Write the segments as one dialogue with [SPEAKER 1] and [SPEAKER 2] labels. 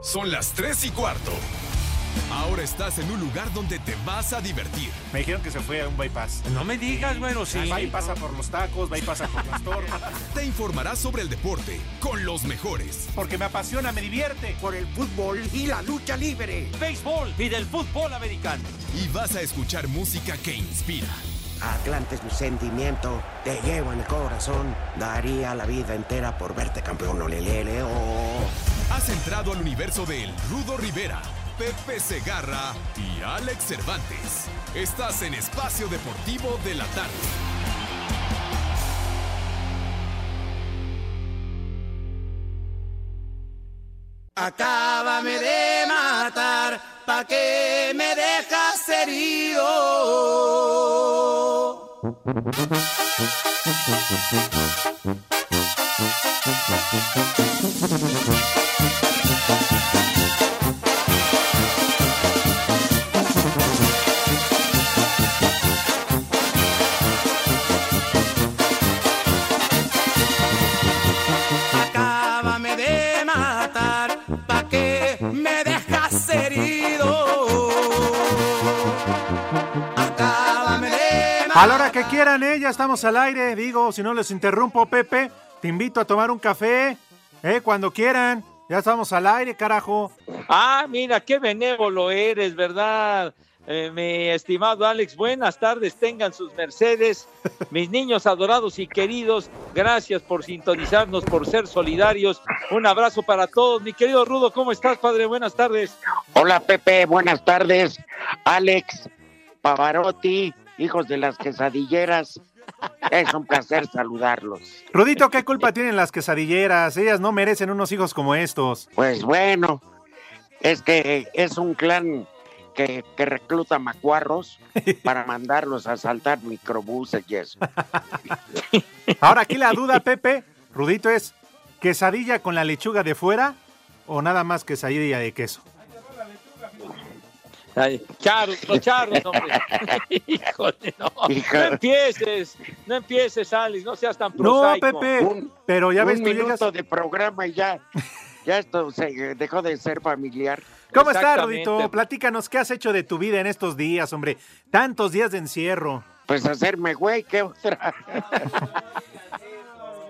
[SPEAKER 1] Son las 3 y cuarto. Ahora estás en un lugar donde te vas a divertir.
[SPEAKER 2] Me dijeron que se fue a un bypass.
[SPEAKER 3] No me digas, bueno, sí.
[SPEAKER 2] Va y pasa por los tacos, va y pasa por las tortas.
[SPEAKER 1] Te informarás sobre el deporte con los mejores.
[SPEAKER 2] Porque me apasiona, me divierte.
[SPEAKER 4] por el fútbol y la lucha libre.
[SPEAKER 3] Béisbol y del fútbol americano.
[SPEAKER 1] Y vas a escuchar música que inspira.
[SPEAKER 4] Atlante es mi sentimiento, te llevo en el corazón. Daría la vida entera por verte campeón, olelele, oh.
[SPEAKER 1] Has entrado al universo de El Rudo Rivera, Pepe Segarra y Alex Cervantes. Estás en Espacio Deportivo de la Tarde.
[SPEAKER 5] Acábame de matar, pa' que me dejas herido. Acábame de matar, pa' que me dejas herido. Acábame de matar.
[SPEAKER 2] A la hora que quieran, ¿eh? Ya estamos al aire. Digo, si no les interrumpo, Pepe, te invito a tomar un café, ¿eh? Cuando quieran. Ya estamos al aire, carajo.
[SPEAKER 6] Ah, mira, qué benévolo eres, ¿verdad? Eh, mi estimado Alex, buenas tardes, tengan sus mercedes, mis niños adorados y queridos, gracias por sintonizarnos, por ser solidarios, un abrazo para todos, mi querido Rudo, ¿cómo estás, padre? Buenas tardes.
[SPEAKER 7] Hola Pepe, buenas tardes. Alex, Pavarotti, hijos de las quesadilleras. Es un placer saludarlos.
[SPEAKER 2] Rudito, ¿qué culpa tienen las quesadilleras? Ellas no merecen unos hijos como estos.
[SPEAKER 7] Pues bueno, es que es un clan que, que recluta macuarros para mandarlos a saltar microbuses y eso.
[SPEAKER 2] Ahora aquí la duda, Pepe, Rudito, es quesadilla con la lechuga de fuera o nada más quesadilla de queso.
[SPEAKER 6] Ay, charros, los charros, hombre. Híjole, no.
[SPEAKER 7] Híjole.
[SPEAKER 6] no empieces, no empieces, Alex, no seas tan
[SPEAKER 2] No,
[SPEAKER 6] prosaico.
[SPEAKER 2] Pepe,
[SPEAKER 7] Un-
[SPEAKER 2] pero ya
[SPEAKER 7] un
[SPEAKER 2] ves, tú
[SPEAKER 7] minuto
[SPEAKER 2] llegas...
[SPEAKER 7] de programa y ya, ya esto se dejó de ser familiar.
[SPEAKER 2] ¿Cómo estás,
[SPEAKER 6] Exactamente.
[SPEAKER 2] Rudito? Platícanos, ¿qué has hecho de tu vida en estos días, hombre? Tantos días de encierro.
[SPEAKER 7] Pues hacerme güey, ¿qué otra?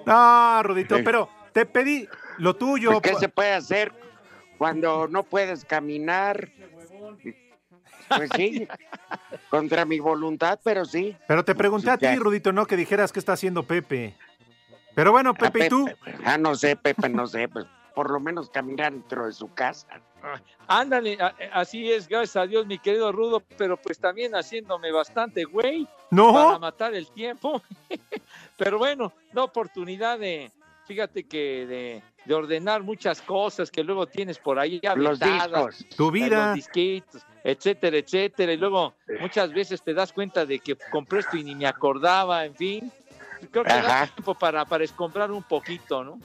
[SPEAKER 2] No, Rudito,
[SPEAKER 7] Sí.
[SPEAKER 2] pero te pedí lo tuyo.
[SPEAKER 7] Pues, ¿Qué
[SPEAKER 2] po-
[SPEAKER 7] se puede hacer cuando no puedes caminar? Pues sí, contra mi voluntad, pero sí.
[SPEAKER 2] Pero te pregunté a ti,
[SPEAKER 7] Ya.
[SPEAKER 2] Rudito, no que dijeras qué está haciendo Pepe. Pero bueno,
[SPEAKER 7] A
[SPEAKER 2] Pepe, ¿y tú?
[SPEAKER 7] Ah, no sé, Pepe, no sé. Pues, por lo menos caminar dentro de su casa.
[SPEAKER 6] Ándale, a- así es, gracias a Dios, mi querido Rudo, pero pues también haciéndome bastante güey. para
[SPEAKER 2] No,
[SPEAKER 6] matar el tiempo. Pero bueno, la oportunidad de, fíjate que de, de ordenar muchas cosas que luego tienes por ahí
[SPEAKER 7] Los
[SPEAKER 6] aventadas,
[SPEAKER 7] discos.
[SPEAKER 2] tu
[SPEAKER 6] eh,
[SPEAKER 2] vida.
[SPEAKER 6] los disquitos, etcétera, etcétera. Y luego muchas veces te das cuenta de que compré esto y ni me acordaba, en fin. Creo que da
[SPEAKER 7] Ajá.
[SPEAKER 6] tiempo para, para escombrar un poquito, ¿no?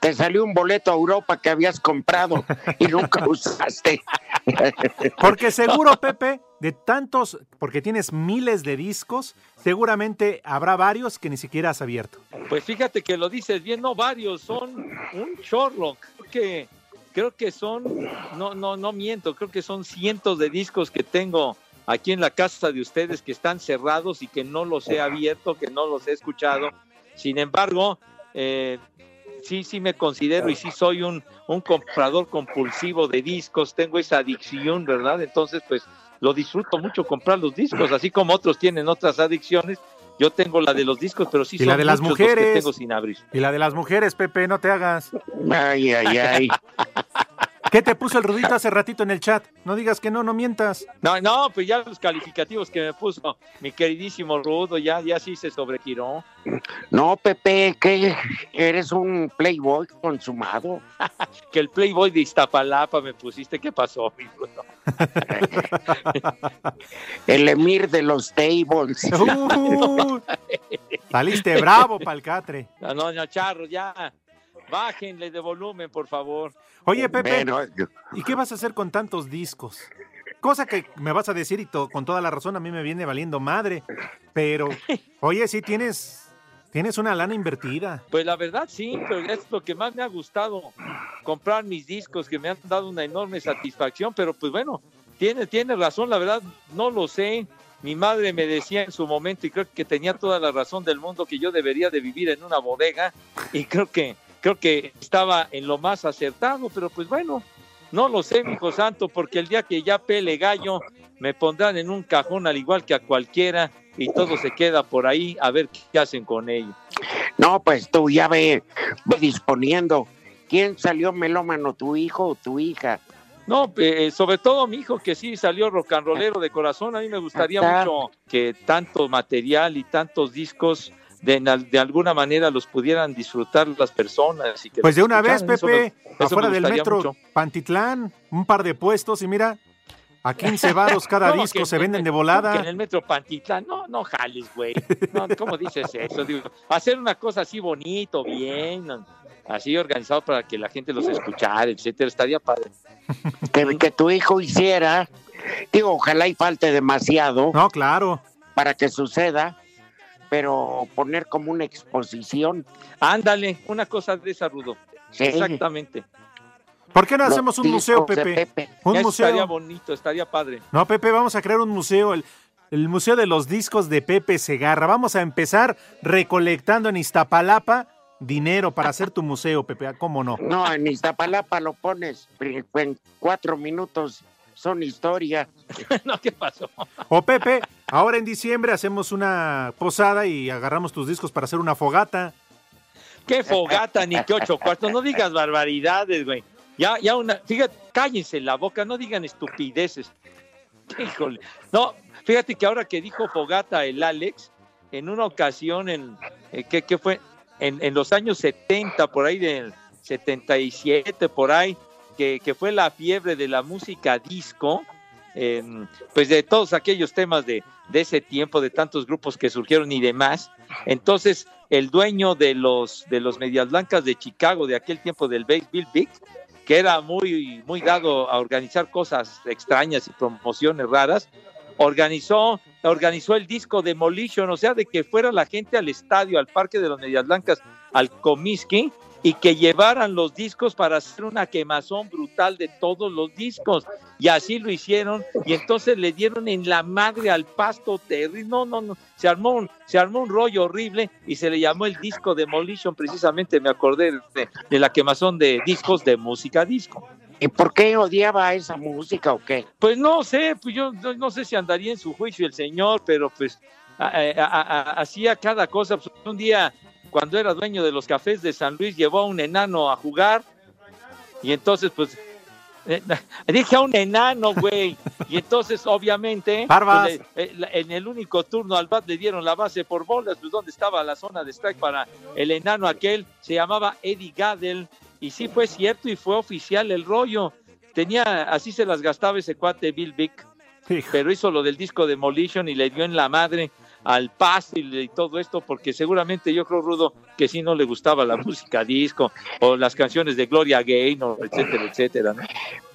[SPEAKER 7] Te salió un boleto a Europa que habías comprado y nunca usaste.
[SPEAKER 2] Porque seguro, Pepe, de tantos, porque tienes miles de discos, seguramente habrá varios que ni siquiera has abierto.
[SPEAKER 6] Pues fíjate que lo dices bien, no varios, son un chorro. Creo que, creo que son, no, no, no miento, creo que son cientos de discos que tengo aquí en la casa de ustedes que están cerrados y que no los he abierto, que no los he escuchado. Sin embargo, eh, sí, sí me considero y sí soy un, un comprador compulsivo de discos, tengo esa adicción, ¿verdad? Entonces, pues lo disfruto mucho comprar los discos, así como otros tienen otras adicciones. Yo tengo la de los discos, pero sí
[SPEAKER 2] Y la
[SPEAKER 6] son
[SPEAKER 2] de las
[SPEAKER 6] muchos los
[SPEAKER 2] mujeres.
[SPEAKER 6] que tengo sin abrir.
[SPEAKER 2] Y la de las mujeres, Pepe, no te hagas.
[SPEAKER 7] Ay, ay, ay.
[SPEAKER 2] ¿Qué te puso el Rudito hace ratito en el chat? No digas que no, no mientas.
[SPEAKER 6] No, no, pues ya los calificativos que me puso mi queridísimo Rudo, ya, ya sí se sobregiró.
[SPEAKER 7] No, Pepe, que eres un playboy consumado.
[SPEAKER 6] Que el Playboy de Iztapalapa me pusiste, ¿qué pasó, mi Rudo?
[SPEAKER 7] El emir de los tables.
[SPEAKER 2] Uh, saliste bravo, palcatre.
[SPEAKER 6] No, no, no, charro, ya. Bájenle de volumen, por favor.
[SPEAKER 2] Oye, Pepe,
[SPEAKER 7] Bueno,
[SPEAKER 2] ¿y qué vas a hacer con tantos discos? Cosa que me vas a decir y to- con toda la razón a mí me viene valiendo madre. Pero, oye, sí tienes, Tienes una lana invertida.
[SPEAKER 6] Pues la verdad sí, pero es lo que más me ha gustado, comprar mis discos que me han dado una enorme satisfacción, pero pues bueno, tiene, tiene razón, la verdad no lo sé. Mi madre me decía en su momento, y creo que tenía toda la razón del mundo, que yo debería de vivir en una bodega, y creo que, creo que estaba en lo más acertado, pero pues bueno, no lo sé, mijo santo, porque el día que ya pele gallo, me pondrán en un cajón al igual que a cualquiera, y todo se queda por ahí a ver qué hacen con ello.
[SPEAKER 7] No, pues tú ya ve, ve disponiendo. ¿Quién salió melómano, tu hijo o tu hija?
[SPEAKER 6] No, eh, sobre todo mi hijo que sí salió rock and rollero de corazón. A mí me gustaría
[SPEAKER 7] Ajá.
[SPEAKER 6] mucho que tanto material y tantos discos de, en- de alguna manera los pudieran disfrutar las personas. Y que
[SPEAKER 2] Pues de
[SPEAKER 6] los
[SPEAKER 2] una vez,
[SPEAKER 6] escucharan. Eso
[SPEAKER 2] Pepe,
[SPEAKER 6] me- eso me
[SPEAKER 2] afuera del
[SPEAKER 6] gustaría
[SPEAKER 2] metro
[SPEAKER 6] mucho.
[SPEAKER 2] Pantitlán, un par de puestos y mira, a 15 varos cada
[SPEAKER 6] ¿Cómo
[SPEAKER 2] disco
[SPEAKER 6] que
[SPEAKER 2] se
[SPEAKER 6] en-
[SPEAKER 2] venden de
[SPEAKER 6] cómo que en
[SPEAKER 2] volada.
[SPEAKER 6] el metro Pantitlán, no, no jales, güey. No, ¿Cómo dices eso? Digo, hacer una cosa así bonito, bien, así organizado para que la gente los escuchara, etcétera, estaría padre.
[SPEAKER 7] Que, que tu hijo hiciera. Digo, ojalá y falte demasiado
[SPEAKER 2] No, claro.
[SPEAKER 7] para que suceda, pero poner como una exposición.
[SPEAKER 6] Ándale, una cosa de esa, Rudo.
[SPEAKER 7] Sí.
[SPEAKER 6] Exactamente.
[SPEAKER 2] ¿Por qué no hacemos un
[SPEAKER 7] Los
[SPEAKER 2] museo,
[SPEAKER 7] discos de
[SPEAKER 2] Pepe?
[SPEAKER 7] Pepe.
[SPEAKER 2] Un
[SPEAKER 6] Eso Estaría
[SPEAKER 2] museo.
[SPEAKER 6] bonito, estaría padre.
[SPEAKER 2] No, Pepe, vamos a crear un museo, el, el museo de los discos de Pepe Segarra. Vamos a empezar recolectando en Iztapalapa dinero para hacer tu museo, Pepe. Ah, ¿Cómo no?
[SPEAKER 7] No, en Iztapalapa lo pones pri- en cuatro minutos. Son historia.
[SPEAKER 6] No, ¿qué pasó?
[SPEAKER 2] O Pepe, ahora en diciembre hacemos una posada y agarramos tus discos para hacer una fogata.
[SPEAKER 6] Qué fogata, ni qué ocho cuartos. No digas barbaridades, güey. Ya, ya una, fíjate, cállense la boca, no digan estupideces. Híjole. No, fíjate que ahora que dijo fogata el Alex, en una ocasión en, eh, ¿qué, qué fue? En, en los años 70, por ahí del 77, por ahí, que, que fue la fiebre de la música disco, em, pues de todos aquellos temas de, de ese tiempo, de tantos grupos que surgieron y demás. Entonces, el dueño de los, de los Medias Blancas de Chicago de aquel tiempo del Base Bill Big, que era muy, muy dado a organizar cosas extrañas y promociones raras, organizó, organizó el disco Demolition, o sea, de que fuera la gente al estadio, al Parque de los Medias Blancas, al Comiskey, y que llevaran los discos para hacer una quemazón brutal de todos los discos. Y así lo hicieron, y entonces le dieron en la madre al pasto terrible. No, no, no. Se armó un, se armó un rollo horrible y se le llamó el disco Demolition, precisamente me acordé de, de la quemazón de discos de música disco.
[SPEAKER 7] ¿Y por qué odiaba esa música o qué?
[SPEAKER 6] Pues no sé, pues yo no, no sé si andaría en su juicio el señor, pero pues a- a- a- a- hacía cada cosa. Pues, un día, cuando era dueño de los cafés de San Luis, llevó a un enano a jugar y entonces pues... eh, Dije a un enano, güey. Y entonces, obviamente,
[SPEAKER 2] Barbas.
[SPEAKER 6] pues, le- eh, la- en el único turno al BAT le dieron la base por bolas, pues donde estaba la zona de strike para el enano aquel, se llamaba Eddie Gadel. Y sí fue cierto y fue oficial el rollo. Tenía, así se las gastaba ese cuate Bill Vick,
[SPEAKER 2] Hijo.
[SPEAKER 6] pero hizo lo del disco Demolition y le dio en la madre al paso y, le- y todo esto, porque seguramente yo creo, Rudo, que sí no le gustaba la música disco o las canciones de Gloria Gaynor, etcétera, etcétera, ¿no?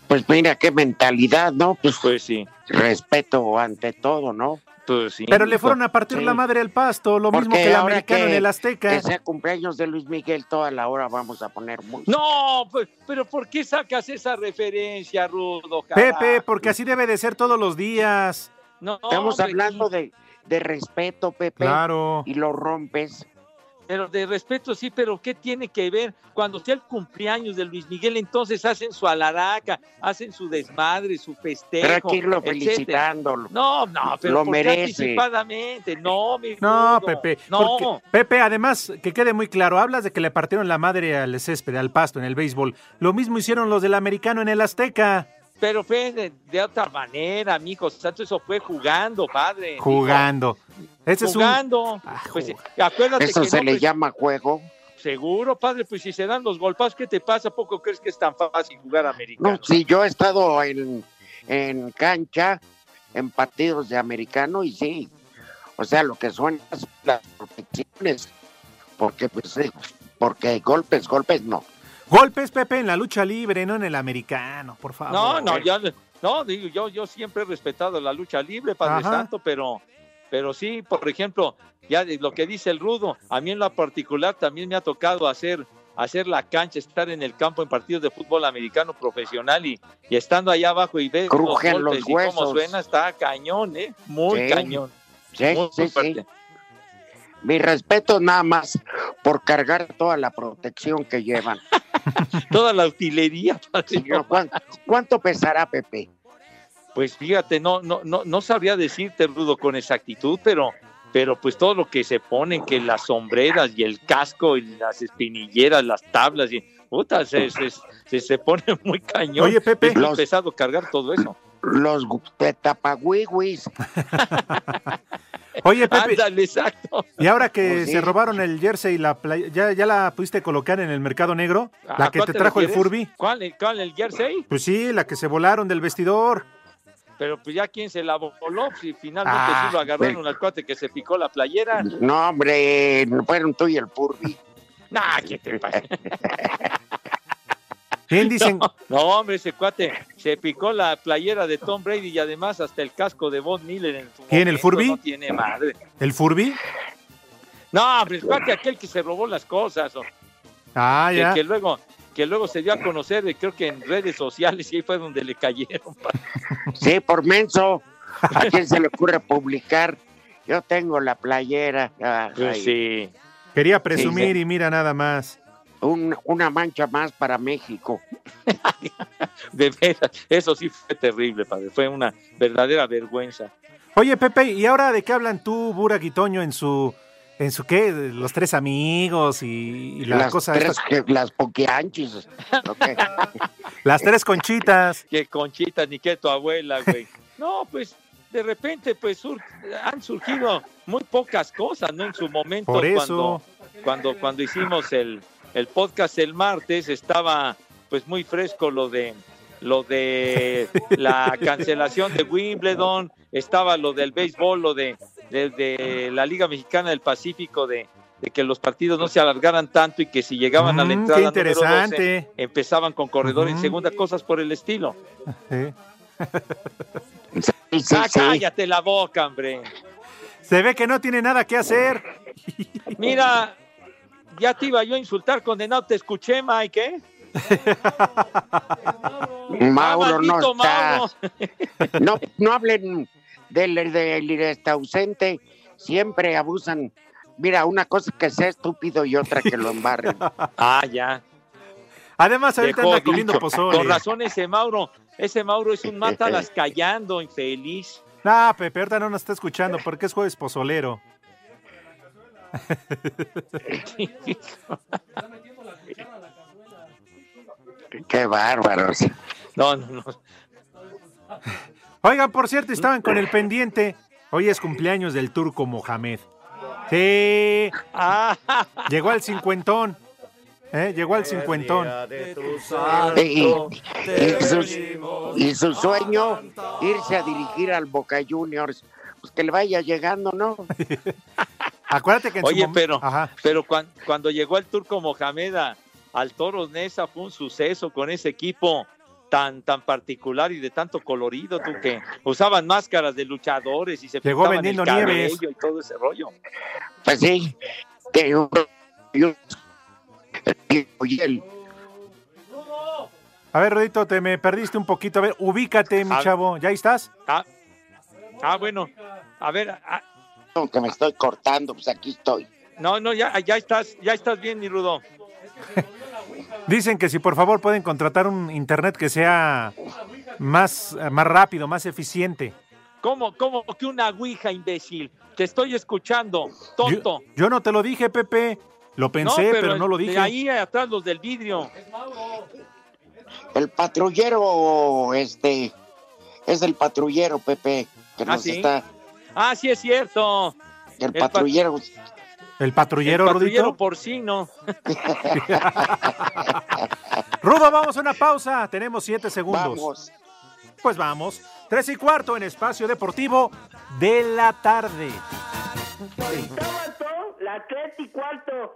[SPEAKER 7] Pues mira qué mentalidad, ¿no? Pues
[SPEAKER 6] Pues sí,
[SPEAKER 7] respeto ante todo, ¿no?
[SPEAKER 6] pues sí.
[SPEAKER 2] Pero le fueron a partir
[SPEAKER 7] sí.
[SPEAKER 2] la madre al pasto, lo
[SPEAKER 7] Porque
[SPEAKER 2] mismo que el
[SPEAKER 7] ahora
[SPEAKER 2] americano
[SPEAKER 7] que-
[SPEAKER 2] en el
[SPEAKER 7] Que
[SPEAKER 2] Azteca.
[SPEAKER 7] sea cumpleaños de Luis Miguel, toda la hora vamos a poner música.
[SPEAKER 6] No, pues, pero ¿por qué sacas esa referencia, Rudo? carajo?
[SPEAKER 2] Pepe, porque así debe de ser todos los días.
[SPEAKER 6] No,
[SPEAKER 7] Estamos
[SPEAKER 6] hombre,
[SPEAKER 7] hablando de, de respeto, Pepe,
[SPEAKER 2] Claro.
[SPEAKER 7] y lo rompes.
[SPEAKER 6] Pero de respeto sí, pero ¿qué tiene que ver? Cuando sea el cumpleaños de Luis Miguel, entonces hacen su alaraca, hacen su desmadre, su festejo.
[SPEAKER 7] Pero hay que irlo
[SPEAKER 6] etcétera.
[SPEAKER 7] felicitándolo.
[SPEAKER 6] No, no, pero
[SPEAKER 7] Lo
[SPEAKER 6] ¿por qué
[SPEAKER 7] merece.
[SPEAKER 6] anticipadamente, no, mi
[SPEAKER 2] No,
[SPEAKER 6] Rudo?
[SPEAKER 2] Pepe.
[SPEAKER 6] No,
[SPEAKER 2] porque- Pepe, además, que quede muy claro, hablas de que le partieron la madre al césped, al pasto en el béisbol. Lo mismo hicieron los del americano en el Azteca,
[SPEAKER 6] pero fue de, de otra manera, mijo. Santo, eso fue jugando, padre. mijo.
[SPEAKER 2] jugando. Ese es un.
[SPEAKER 6] Jugando.
[SPEAKER 2] Ah,
[SPEAKER 6] Pues,
[SPEAKER 2] joder.
[SPEAKER 6] acuérdate
[SPEAKER 7] Eso
[SPEAKER 6] que
[SPEAKER 7] se
[SPEAKER 6] no,
[SPEAKER 7] le
[SPEAKER 6] pues,
[SPEAKER 7] llama juego.
[SPEAKER 6] Seguro, padre, pues si se dan los golpazos, ¿qué te pasa? ¿A ¿Poco crees que es tan fácil jugar americano?
[SPEAKER 7] No, si yo he estado en, en cancha, en partidos de americano, y sí. O sea, lo que son las, las protecciones. Porque, pues, eh, porque golpes, golpes no.
[SPEAKER 2] Golpes, Pepe, en la lucha libre, no en el americano, por favor.
[SPEAKER 6] No, no, ya, no, digo, yo, yo siempre he respetado la lucha libre, Padre
[SPEAKER 2] Ajá.
[SPEAKER 6] Santo, pero, Pero sí, por ejemplo, ya de lo que dice el Rudo, a mí en lo particular también me ha tocado hacer, hacer la cancha, estar en el campo en partidos de fútbol americano profesional y, y estando allá abajo y ver
[SPEAKER 7] Crujen
[SPEAKER 6] golpes
[SPEAKER 7] los
[SPEAKER 6] y cómo
[SPEAKER 7] huesos.
[SPEAKER 6] suena, está cañón, ¿eh? Muy
[SPEAKER 7] Sí.
[SPEAKER 6] cañón.
[SPEAKER 7] Sí,
[SPEAKER 6] muy
[SPEAKER 7] sí,
[SPEAKER 6] fuerte.
[SPEAKER 7] sí. Mi respeto nada más por cargar toda la protección que llevan.
[SPEAKER 6] Toda la utilería. padre.
[SPEAKER 7] Señor, ¿cuán- ¿Cuánto pesará Pepe?
[SPEAKER 6] Pues fíjate, no, no, no, no sabría decirte, Rudo, con exactitud, pero, pero pues todo lo que se ponen, que las sombreras y el casco y las espinilleras, las tablas y puta, se, se, se, se pone muy cañón.
[SPEAKER 2] Oye, Pepe.
[SPEAKER 6] Es muy
[SPEAKER 7] Los-
[SPEAKER 6] pesado cargar todo eso.
[SPEAKER 7] Los gu- de tapahuihuis.
[SPEAKER 2] Oye, Pepe,
[SPEAKER 6] Ándale, exacto.
[SPEAKER 2] y ahora que
[SPEAKER 7] Pues sí.
[SPEAKER 2] se robaron el jersey, la play- ¿ya, ¿ya la pudiste colocar en el mercado negro?
[SPEAKER 7] Ah,
[SPEAKER 6] ¿A
[SPEAKER 2] La que te
[SPEAKER 6] cuál
[SPEAKER 2] trajo el
[SPEAKER 6] refieres?
[SPEAKER 2] Furby.
[SPEAKER 6] ¿Cuál, el- cuál, el jersey?
[SPEAKER 2] Pues sí, la que se volaron del vestidor.
[SPEAKER 6] Pero pues ya quién se la voló, si finalmente
[SPEAKER 2] Ah,
[SPEAKER 6] sí lo agarraron al cuate que se picó la playera.
[SPEAKER 7] No, hombre, fueron tú y el Purby.
[SPEAKER 6] Nah, ¿qué te pasa?
[SPEAKER 2] Bien dicen,
[SPEAKER 6] No, hombre, ese cuate se picó la playera de Tom Brady y además hasta el casco de Von Miller. En su
[SPEAKER 2] ¿Quién, el
[SPEAKER 6] momento,
[SPEAKER 2] Furby?
[SPEAKER 6] No tiene madre.
[SPEAKER 2] ¿el Furby?
[SPEAKER 6] No, hombre, el cuate aquel que se robó las cosas. o
[SPEAKER 2] Ah,
[SPEAKER 6] que,
[SPEAKER 2] ya.
[SPEAKER 6] que luego que luego se dio a conocer, eh, creo que en redes sociales, y ahí fue donde le cayeron. pa.
[SPEAKER 7] Sí, por menso. ¿A quién se le ocurre publicar? Yo tengo la playera. Ah, ay,
[SPEAKER 6] Pues sí.
[SPEAKER 2] Quería presumir
[SPEAKER 7] Sí,
[SPEAKER 2] y mira nada más.
[SPEAKER 7] un- una mancha más para México.
[SPEAKER 6] De veras, eso sí fue terrible, padre. Fue una verdadera vergüenza.
[SPEAKER 2] Oye, Pepe, ¿y ahora de qué hablan tú, Burak y Toño, en su, en su qué? Los tres amigos y, y la
[SPEAKER 7] las
[SPEAKER 2] cosa
[SPEAKER 7] tres,
[SPEAKER 2] esta-
[SPEAKER 7] que- las poquianchis. Ok.
[SPEAKER 2] Las tres conchitas.
[SPEAKER 6] que Conchita ni que tu abuela, güey. No, pues de repente pues sur- han surgido muy pocas cosas, ¿no? En su momento
[SPEAKER 2] Por eso.
[SPEAKER 6] cuando cuando cuando hicimos el el podcast el martes estaba pues muy fresco lo de lo de la cancelación de Wimbledon, estaba lo del béisbol, lo de, de- de la Liga Mexicana del Pacífico de, de que los partidos no se alargaran tanto y que si llegaban a la
[SPEAKER 2] Mm,
[SPEAKER 6] entrada
[SPEAKER 2] qué
[SPEAKER 6] número 12,
[SPEAKER 2] interesante.
[SPEAKER 6] empezaban con corredor en
[SPEAKER 2] Ujú.
[SPEAKER 6] segunda, cosas por el estilo.
[SPEAKER 2] Sí.
[SPEAKER 7] Sí, sí,
[SPEAKER 6] Ah,
[SPEAKER 7] sí.
[SPEAKER 6] cállate la boca, hombre.
[SPEAKER 2] Se ve que no tiene nada que hacer.
[SPEAKER 6] Mira, ya te iba yo a insultar, condenado, te escuché, Mike, ¿eh?
[SPEAKER 7] Mauro no
[SPEAKER 6] maldito
[SPEAKER 7] está.
[SPEAKER 6] Mauro.
[SPEAKER 7] No, no hablen del, del está ausente. Siempre abusan. Mira, una cosa que sea estúpido y otra que lo embarren.
[SPEAKER 6] Ah, ya.
[SPEAKER 2] Además, ahorita
[SPEAKER 6] Dejó
[SPEAKER 2] anda comiendo
[SPEAKER 6] dicho.
[SPEAKER 2] pozole.
[SPEAKER 6] Con razón ese Mauro, ese Mauro es un mátalas callando, infeliz.
[SPEAKER 2] Ah, Pepe, ahorita no nos está escuchando porque es jueves pozolero.
[SPEAKER 7] Qué bárbaros.
[SPEAKER 6] No, no, no.
[SPEAKER 2] Oigan, por cierto, estaban con el pendiente. Hoy es cumpleaños del turco Mohamed. Sí,
[SPEAKER 6] Ah,
[SPEAKER 2] llegó al cincuentón. ¿eh? Llegó al cincuentón.
[SPEAKER 6] Ah,
[SPEAKER 7] Eh, Y, y- y su, y su sueño,
[SPEAKER 6] Ah,
[SPEAKER 7] irse a dirigir al Boca Juniors. Pues que le vaya llegando, ¿no?
[SPEAKER 2] Acuérdate que en su
[SPEAKER 6] Oye,
[SPEAKER 2] mom-
[SPEAKER 6] pero-
[SPEAKER 2] Ajá.
[SPEAKER 6] pero cuan- cuando llegó el turco Mohamed a- al Toros Nesa fue un suceso con ese equipo tan tan particular y de tanto colorido, tú que usaban máscaras de luchadores y se
[SPEAKER 2] Llegó
[SPEAKER 6] pintaban el
[SPEAKER 2] vendiendo nieves.
[SPEAKER 6] cabello y todo ese rollo.
[SPEAKER 7] Pues sí. Te- yo- yo- oye, el-
[SPEAKER 2] A ver, Rodito, te me perdiste un poquito. A ver, ubícate, mi
[SPEAKER 6] A-
[SPEAKER 2] chavo. ¿Ya ahí estás?
[SPEAKER 6] Ah, ah, bueno, a ver, ah,
[SPEAKER 7] que me estoy cortando, pues aquí estoy.
[SPEAKER 6] no, no, ya, ya estás, ya estás bien, mi Rudo.
[SPEAKER 2] Dicen que si por favor pueden contratar un internet que sea más, eh, más rápido, más eficiente.
[SPEAKER 6] ¿Cómo, cómo que una ouija, imbécil? Te estoy escuchando,
[SPEAKER 2] Yo-
[SPEAKER 6] tonto.
[SPEAKER 2] Yo, no te lo dije, Pepe. Lo pensé, pero, no lo
[SPEAKER 6] de
[SPEAKER 2] dije.
[SPEAKER 6] Ahí atrás los del vidrio.
[SPEAKER 7] El patrullero, este, es el patrullero, Pepe, que
[SPEAKER 6] Ah,
[SPEAKER 7] nos
[SPEAKER 6] ¿sí?
[SPEAKER 7] está,
[SPEAKER 6] Ah, sí es cierto.
[SPEAKER 7] el,
[SPEAKER 6] pat-
[SPEAKER 7] patrullero, pues,
[SPEAKER 2] El patrullero,
[SPEAKER 6] El patrullero
[SPEAKER 2] Rudito.
[SPEAKER 6] porcino.
[SPEAKER 2] Rudo, vamos a una pausa. Tenemos siete segundos.
[SPEAKER 7] vamos,
[SPEAKER 2] Pues vamos. Tres y cuarto en Espacio Deportivo de la Tarde.
[SPEAKER 8] Estaba todo, la tres y cuarto.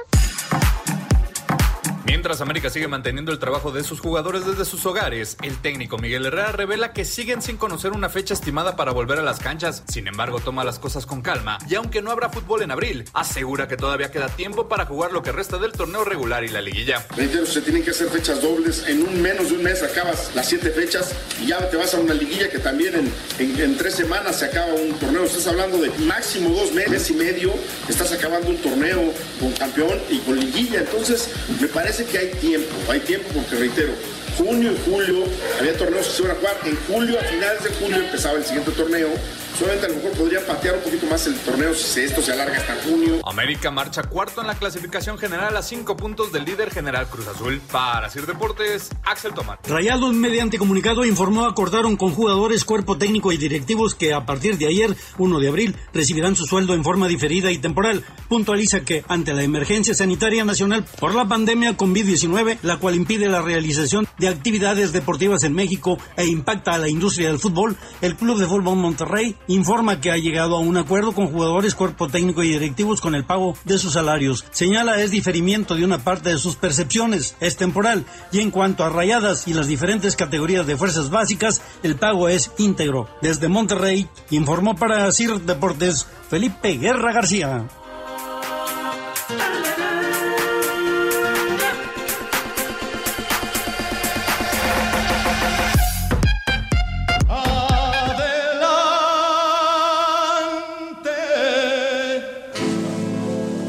[SPEAKER 9] Mientras América sigue manteniendo el trabajo de sus jugadores desde sus hogares, el técnico Miguel Herrera revela que siguen sin conocer una fecha estimada para volver a las canchas. Sin embargo, toma las cosas con calma y aunque no habrá fútbol en abril, asegura que todavía queda tiempo para jugar lo que resta del torneo regular y la liguilla.
[SPEAKER 10] Reitero, se tienen que hacer fechas dobles. En un menos de un mes acabas las siete fechas y ya te vas a una liguilla que también en, en- en tres semanas se acaba un torneo. Estás hablando de máximo dos meses y medio. Estás acabando un torneo con campeón y con liguilla. Entonces, me parece que hay tiempo. Hay tiempo porque, reitero, junio y julio había torneos que se iban a jugar. En julio, a finales de julio, empezaba el siguiente torneo. Solamente a lo mejor podría patear un poquito más el torneo si esto se alarga hasta junio.
[SPEAKER 9] América marcha cuarto en la clasificación general a cinco puntos del líder general Cruz Azul. Para Sir Deportes, Axel Tomás.
[SPEAKER 11] Rayados mediante comunicado informó acordaron con jugadores, cuerpo técnico y directivos que a partir de ayer, 1 de abril, recibirán su sueldo en forma diferida y temporal. Puntualiza que ante la emergencia sanitaria nacional por la pandemia COVID-19, la cual impide la realización de actividades deportivas en México e impacta a la industria del fútbol, el Club de Fútbol Monterrey informa que ha llegado a un acuerdo con jugadores, cuerpo técnico y directivos con el pago de sus salarios. Señala es diferimiento de una parte de sus percepciones, es temporal y en cuanto a rayadas y las diferentes categorías de fuerzas básicas, el pago es íntegro. Desde Monterrey informó para CIR Deportes Felipe Guerra García.
[SPEAKER 5] Adelante,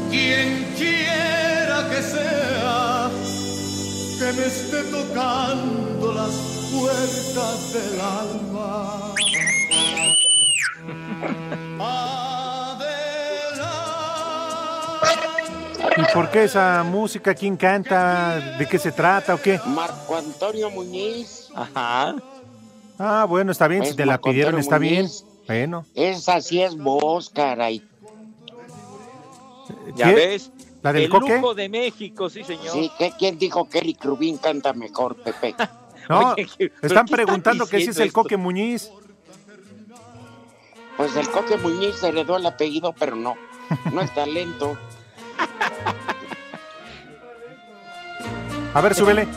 [SPEAKER 5] quien quiera que sea, que me esté tocando las puertas del alma.
[SPEAKER 2] ¿Y por qué esa música? ¿Quién canta? ¿De qué se trata o qué?
[SPEAKER 7] Marco Antonio Muñiz
[SPEAKER 6] Ajá.
[SPEAKER 2] Ah, bueno, está bien, si
[SPEAKER 7] Es
[SPEAKER 2] te la
[SPEAKER 7] Marco
[SPEAKER 2] pidieron
[SPEAKER 7] Antonio
[SPEAKER 2] está bien.
[SPEAKER 7] Muñiz.
[SPEAKER 2] Bueno.
[SPEAKER 7] Esa sí es voz, caray.
[SPEAKER 6] ¿Ya
[SPEAKER 2] ¿Qué?
[SPEAKER 6] ves?
[SPEAKER 2] ¿La del
[SPEAKER 6] el
[SPEAKER 2] coque?
[SPEAKER 6] lujo de México, sí, señor.
[SPEAKER 7] Sí, ¿qué, ¿quién dijo que Eric Rubín canta mejor, Pepe?
[SPEAKER 2] No,
[SPEAKER 6] Oye, ¿qué- pero
[SPEAKER 2] están
[SPEAKER 6] qué
[SPEAKER 2] preguntando que si es
[SPEAKER 6] diciendo
[SPEAKER 2] el
[SPEAKER 6] esto?
[SPEAKER 2] Coque Muñiz.
[SPEAKER 7] Pues el Coque Muñiz heredó el apellido, pero no. No es talento.
[SPEAKER 2] A ver, súbele.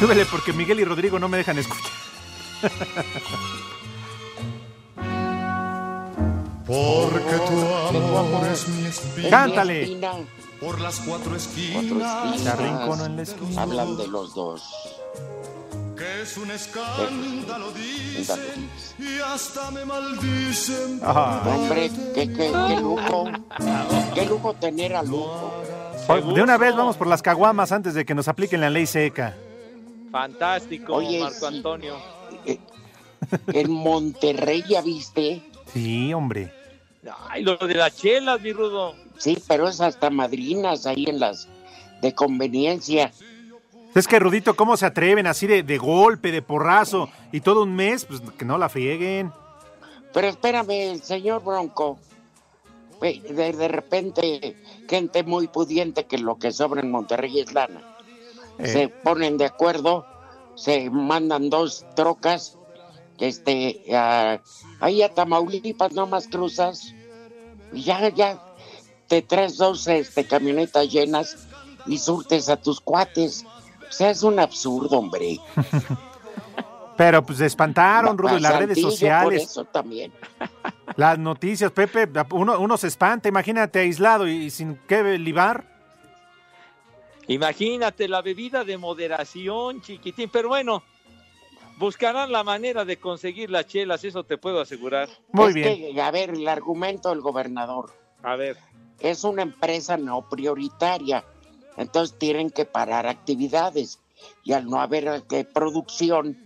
[SPEAKER 2] Súbele porque Miguel y Rodrigo no me dejan escuchar.
[SPEAKER 5] Porque tu amor es mi
[SPEAKER 7] Es
[SPEAKER 5] espina.
[SPEAKER 2] Cántale.
[SPEAKER 7] mi espina.
[SPEAKER 5] Por las cuatro
[SPEAKER 7] Cuatro
[SPEAKER 5] esquinas.
[SPEAKER 2] Charrincono en
[SPEAKER 7] esquinas.
[SPEAKER 2] la esquina.
[SPEAKER 7] Hablan de los dos.
[SPEAKER 5] Que es un escándalo, dicen. Y hasta me maldicen.
[SPEAKER 2] Ah,
[SPEAKER 7] Hombre, qué, qué, qué lujo. Qué lujo tener a lujo.
[SPEAKER 2] de una vez vamos por las caguamas antes de que nos apliquen la ley seca.
[SPEAKER 6] Fantástico,
[SPEAKER 7] Oye,
[SPEAKER 6] Marco
[SPEAKER 7] sí.
[SPEAKER 6] Antonio.
[SPEAKER 7] En Monterrey, ¿ya viste?
[SPEAKER 2] Sí, hombre.
[SPEAKER 6] Ay, lo de las chelas, mi rudo.
[SPEAKER 7] Sí, pero es hasta madrinas ahí en las de conveniencia.
[SPEAKER 2] Es que, Rudito, ¿cómo se atreven así de, de golpe, de porrazo? Y todo un mes, pues que no la frieguen.
[SPEAKER 7] Pero espérame, señor Bronco. Ve, De, de repente, gente muy pudiente que lo que sobra en Monterrey es lana.
[SPEAKER 2] Eh.
[SPEAKER 7] Se ponen de acuerdo, se mandan dos trocas, este, a- ahí a Tamaulipas nomás cruzas, y ya, ya, te traes dos este, camionetas llenas y surtes a tus cuates. O sea, es un absurdo, hombre.
[SPEAKER 2] Pero pues se espantaron, Rudo, y las redes
[SPEAKER 7] Santillo, Por
[SPEAKER 2] sociales,
[SPEAKER 7] eso también.
[SPEAKER 2] las noticias, Pepe, uno, uno se espanta, imagínate aislado y, y sin qué libar.
[SPEAKER 6] Imagínate la bebida de moderación, chiquitín. Pero bueno, buscarán la manera de conseguir las chelas, eso te puedo asegurar.
[SPEAKER 2] Muy
[SPEAKER 7] Es
[SPEAKER 2] bien.
[SPEAKER 7] que, eh, a ver, el argumento del gobernador.
[SPEAKER 6] A ver.
[SPEAKER 7] es una empresa no prioritaria. Entonces tienen que parar actividades y al no haber eh, producción,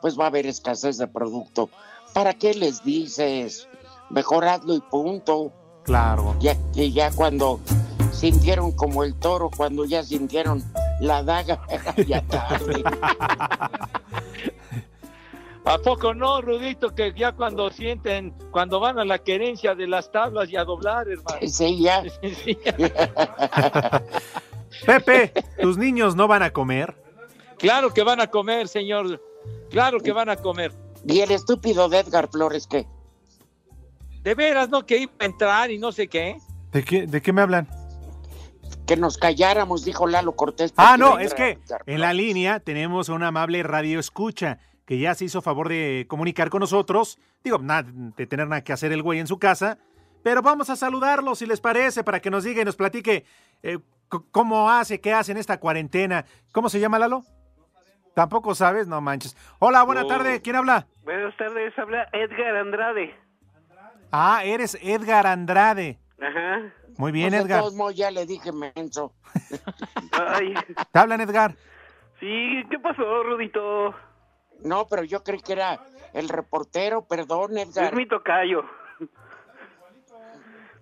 [SPEAKER 7] pues va a haber escasez de producto. ¿Para qué les dices? Mejoradlo y punto.
[SPEAKER 2] Claro.
[SPEAKER 7] Ya, que ya cuando sintieron como el toro, cuando ya sintieron la daga, era ya tarde.
[SPEAKER 6] ¿A poco no, Rudito? Que ya cuando sienten, cuando van a la querencia de las tablas y a doblar, hermano.
[SPEAKER 7] Sí, ya.
[SPEAKER 6] Sí,
[SPEAKER 2] Pepe, ¿tus niños no van a comer?
[SPEAKER 6] Claro que van a comer, señor. Claro que van a comer.
[SPEAKER 7] ¿Y el estúpido de Edgar Flores qué?
[SPEAKER 6] De veras, ¿no? Que iba a entrar y no sé qué.
[SPEAKER 2] ¿De qué, de qué me hablan?
[SPEAKER 7] Que nos calláramos, dijo Lalo Cortés.
[SPEAKER 2] Ah, no, es que en la línea tenemos a una amable radio escucha que ya se hizo favor de comunicar con nosotros. Digo, nada, de tener nada que hacer el güey en su casa. Pero vamos a saludarlo, si les parece, para que nos diga y nos platique eh, c- cómo hace, qué hace en esta cuarentena. ¿Cómo se llama, Lalo? Tampoco sabes, no manches. Hola, buena
[SPEAKER 12] No.
[SPEAKER 2] tarde, ¿quién habla?
[SPEAKER 12] Buenas tardes, habla Edgar Andrade.
[SPEAKER 2] Ah, eres Edgar Andrade.
[SPEAKER 12] Ajá.
[SPEAKER 2] Muy bien,
[SPEAKER 7] Pues, De
[SPEAKER 2] Edgar.
[SPEAKER 7] todos modos, ya le dije menso.
[SPEAKER 12] Ay,
[SPEAKER 2] ¿Te hablan, Edgar?
[SPEAKER 12] sí, ¿qué pasó, Rudito?
[SPEAKER 7] No, pero yo creí que era el reportero, perdón,
[SPEAKER 12] Es
[SPEAKER 7] Edgar.
[SPEAKER 12] mi tocayo.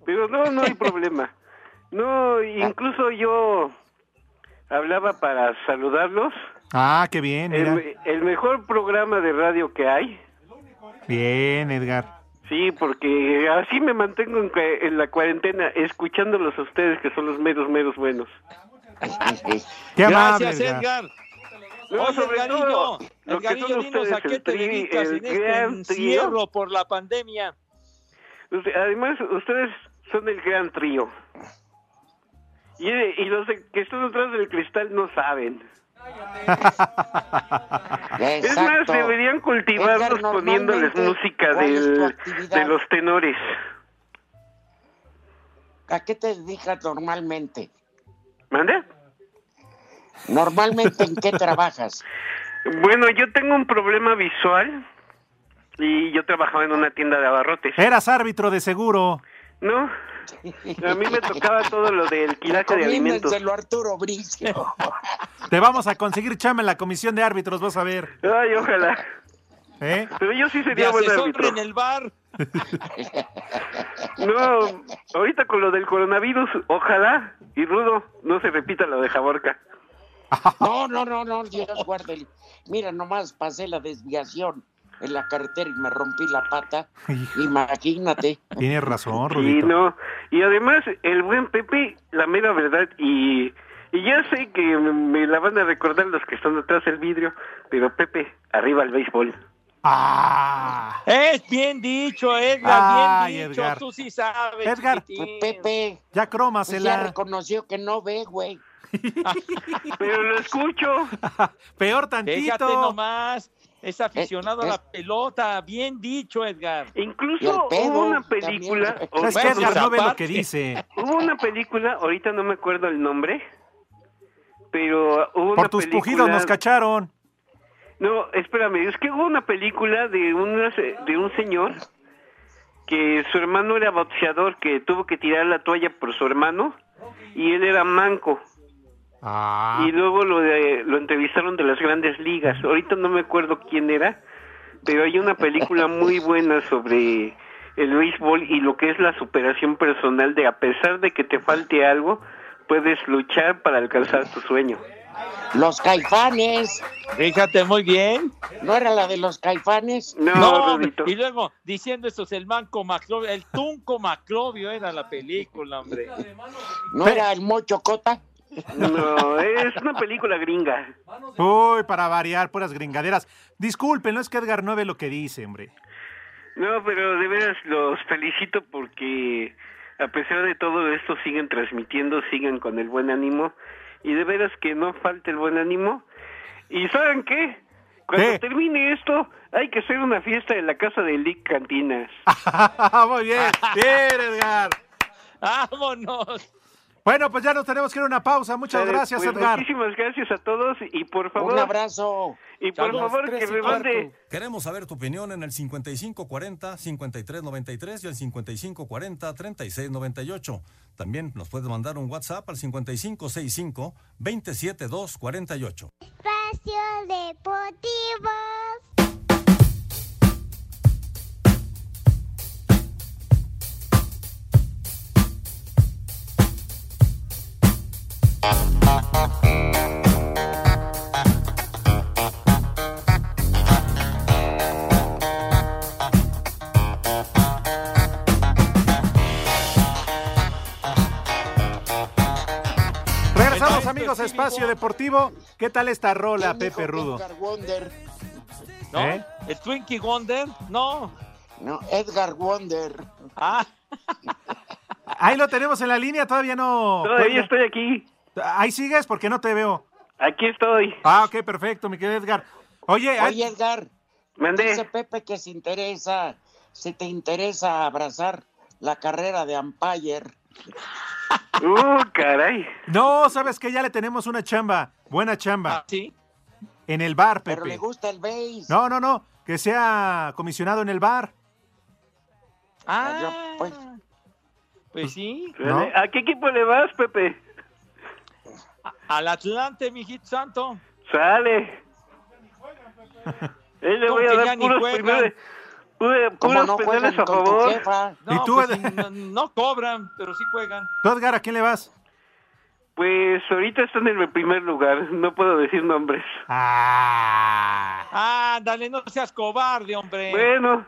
[SPEAKER 12] Pero no, no hay problema. No, incluso yo hablaba para saludarlos.
[SPEAKER 2] Ah, qué bien, mira.
[SPEAKER 12] El, el mejor programa de radio que hay.
[SPEAKER 2] Bien, Edgar.
[SPEAKER 12] Sí, porque así me mantengo en, cua- en la cuarentena, escuchándolos a ustedes, que son los meros, meros buenos.
[SPEAKER 2] Qué amable,
[SPEAKER 12] Gracias,
[SPEAKER 2] Edgar.
[SPEAKER 12] Edgar.
[SPEAKER 6] No,
[SPEAKER 12] No, sobre
[SPEAKER 6] Edgarillo,
[SPEAKER 12] todo, lo que
[SPEAKER 6] Edgarillo,
[SPEAKER 12] son
[SPEAKER 6] dinos a
[SPEAKER 12] ustedes,
[SPEAKER 6] qué
[SPEAKER 12] el
[SPEAKER 6] te
[SPEAKER 12] tri-
[SPEAKER 6] dedicas
[SPEAKER 12] el
[SPEAKER 6] en este
[SPEAKER 12] gran trío.
[SPEAKER 6] encierro por la pandemia.
[SPEAKER 12] Usted- Este, Además, ustedes son el gran trío. Y, y los de- que están detrás del cristal no saben. Es más, deberían cultivarlos
[SPEAKER 7] Edgar, normalmente,
[SPEAKER 12] poniéndoles música
[SPEAKER 7] ¿cuál es tu
[SPEAKER 12] del-
[SPEAKER 7] actividad?
[SPEAKER 12] de los tenores.
[SPEAKER 7] ¿A qué te dedicas normalmente?
[SPEAKER 12] ¿Mande?
[SPEAKER 7] Normalmente, ¿en qué trabajas?
[SPEAKER 12] Bueno, yo tengo un problema visual y yo trabajaba en una tienda de abarrotes.
[SPEAKER 2] Eras árbitro de seguro.
[SPEAKER 12] No, a mí me tocaba todo lo del quilaje de alimentos.
[SPEAKER 7] Comiéndenselo, Arturo Bricio.
[SPEAKER 2] Te vamos a conseguir chama en la comisión de árbitros, vas a ver.
[SPEAKER 12] Ay, ojalá.
[SPEAKER 2] ¿Eh?
[SPEAKER 12] Pero yo sí
[SPEAKER 6] De
[SPEAKER 12] sería buen
[SPEAKER 6] asesor
[SPEAKER 12] árbitro.
[SPEAKER 6] en el bar.
[SPEAKER 12] No, ahorita con lo del coronavirus, ojalá y Rudo no se repita lo de Jaborca.
[SPEAKER 7] No, no, no, no, Dios guarde. el- Mira, nomás pasé la desviación en la carretera y me rompí la pata. Imagínate.
[SPEAKER 2] Tienes razón,
[SPEAKER 12] Y
[SPEAKER 2] Rudito.
[SPEAKER 12] no, y además el buen Pepe, la mera verdad, y, y ya sé que me la van a recordar los que están detrás del vidrio, pero Pepe, arriba el béisbol.
[SPEAKER 2] Ah,
[SPEAKER 6] Es bien dicho, Edgar,
[SPEAKER 2] Ay,
[SPEAKER 6] bien dicho.
[SPEAKER 2] Edgar.
[SPEAKER 6] Tú sí sabes.
[SPEAKER 2] Edgar.
[SPEAKER 6] chiquitín.
[SPEAKER 7] Pepe,
[SPEAKER 2] Ya
[SPEAKER 7] pues ya
[SPEAKER 2] crómasela.
[SPEAKER 7] reconoció que no ve, güey.
[SPEAKER 12] Pero lo escucho.
[SPEAKER 2] Peor
[SPEAKER 6] Fíjate
[SPEAKER 2] tantito.
[SPEAKER 6] nomás. Es aficionado a
[SPEAKER 7] Eh,
[SPEAKER 6] la
[SPEAKER 7] eh.
[SPEAKER 6] pelota. Bien dicho, Edgar.
[SPEAKER 12] Incluso
[SPEAKER 7] Y el
[SPEAKER 12] hubo
[SPEAKER 7] pedo
[SPEAKER 12] una película,
[SPEAKER 7] también.
[SPEAKER 12] o-
[SPEAKER 2] Es que Edgar no ve lo
[SPEAKER 6] aparte.
[SPEAKER 2] que dice.
[SPEAKER 12] hubo una película, ahorita no me acuerdo el nombre, pero hubo una
[SPEAKER 2] Por tus
[SPEAKER 12] película-
[SPEAKER 2] pujidos nos cacharon.
[SPEAKER 12] No, espérame, es que hubo una película de, una, se- de un señor que su hermano era boxeador, que tuvo que tirar la toalla por su hermano y él era manco.
[SPEAKER 2] Ah,
[SPEAKER 12] Y luego lo, de- lo entrevistaron de las grandes ligas. Ahorita no me acuerdo quién era, pero hay una película muy buena sobre el béisbol y lo que es la superación personal de a pesar de que te falte algo, puedes luchar para alcanzar tu sueño.
[SPEAKER 7] Los caifanes.
[SPEAKER 6] Fíjate muy bien.
[SPEAKER 7] ¿No era la de los caifanes?
[SPEAKER 12] No,
[SPEAKER 6] No,
[SPEAKER 12] Rudito.
[SPEAKER 6] y luego diciendo esto es el manco Maclovio, el Tunco Maclovio era la película, hombre.
[SPEAKER 7] ¿No era el Mocho Cota?
[SPEAKER 12] No, es una película gringa.
[SPEAKER 2] uy, para variar, puras gringaderas. Disculpen, no es que Edgar no ve lo que dice, hombre.
[SPEAKER 12] No, pero de veras los felicito porque a pesar de todo esto siguen transmitiendo, siguen con el buen ánimo y de veras que no falta el buen ánimo. ¿Y saben qué? Cuando
[SPEAKER 2] ¿Qué?
[SPEAKER 12] termine esto hay que hacer una fiesta en la casa de Lick Cantinas.
[SPEAKER 2] Ah, Muy bien, bien, Edgar.
[SPEAKER 6] ¡Vámonos!
[SPEAKER 2] Bueno, pues ya nos tenemos que ir a una pausa. Muchas
[SPEAKER 12] Eh,
[SPEAKER 2] gracias,
[SPEAKER 12] pues,
[SPEAKER 2] Edgar.
[SPEAKER 12] Muchísimas gracias a todos y por favor
[SPEAKER 7] Un abrazo.
[SPEAKER 12] y por
[SPEAKER 8] Saludos,
[SPEAKER 12] favor que
[SPEAKER 8] tres y
[SPEAKER 12] me mande
[SPEAKER 8] cuarto. Queremos saber tu opinión en el 5540 5393 y el 5540 3698. También nos puedes mandar un WhatsApp al 5565 27248.
[SPEAKER 13] Espacio Deportivo.
[SPEAKER 2] amigos a Espacio Deportivo. ¿Qué tal esta rola, Pepe Rudo?
[SPEAKER 7] Edgar Wonder.
[SPEAKER 6] ¿No? ¿El Twinkie Wonder? No.
[SPEAKER 7] No, Edgar Wonder.
[SPEAKER 6] Ah.
[SPEAKER 2] Ahí lo tenemos en la línea, todavía no.
[SPEAKER 12] Todavía
[SPEAKER 2] cuelga.
[SPEAKER 12] estoy aquí.
[SPEAKER 2] Ahí sigues porque no te veo.
[SPEAKER 12] Aquí estoy.
[SPEAKER 2] Ah, ok, perfecto, mi querido Edgar. Oye, ay-
[SPEAKER 7] Oye, Edgar.
[SPEAKER 12] Mandé.
[SPEAKER 7] Dice Pepe que se interesa, si te interesa abrazar la carrera de umpire.
[SPEAKER 12] Uh, caray.
[SPEAKER 2] no, sabes que ya le tenemos una chamba, buena chamba.
[SPEAKER 6] Ah, sí.
[SPEAKER 2] En el bar, Pepe.
[SPEAKER 7] Ah. Pero le gusta el base.
[SPEAKER 2] No, no, no, que sea comisionado en el bar.
[SPEAKER 6] Ah,
[SPEAKER 7] pues.
[SPEAKER 6] pues sí.
[SPEAKER 2] ¿No?
[SPEAKER 12] ¿A qué equipo le vas, Pepe?
[SPEAKER 6] Al Atlante, mijito santo.
[SPEAKER 12] Sale. Él le
[SPEAKER 6] No,
[SPEAKER 12] voy a
[SPEAKER 6] que ya
[SPEAKER 12] dar
[SPEAKER 6] ni
[SPEAKER 12] puros
[SPEAKER 6] juegan.
[SPEAKER 12] primeros. pu-
[SPEAKER 7] Como
[SPEAKER 12] Puros
[SPEAKER 7] no
[SPEAKER 12] penales
[SPEAKER 7] juegan
[SPEAKER 12] a
[SPEAKER 7] con tu
[SPEAKER 12] favor.
[SPEAKER 7] jefa.
[SPEAKER 6] No,
[SPEAKER 2] ¿Y tú,
[SPEAKER 6] pues,
[SPEAKER 2] Ed-
[SPEAKER 6] no, no cobran, pero sí juegan.
[SPEAKER 2] ¿Tú, Edgar, a quién le vas?
[SPEAKER 12] Pues ahorita están en el primer lugar. No puedo decir nombres.
[SPEAKER 2] Ah.
[SPEAKER 6] Ah, dale, no seas cobarde, hombre.
[SPEAKER 12] Bueno,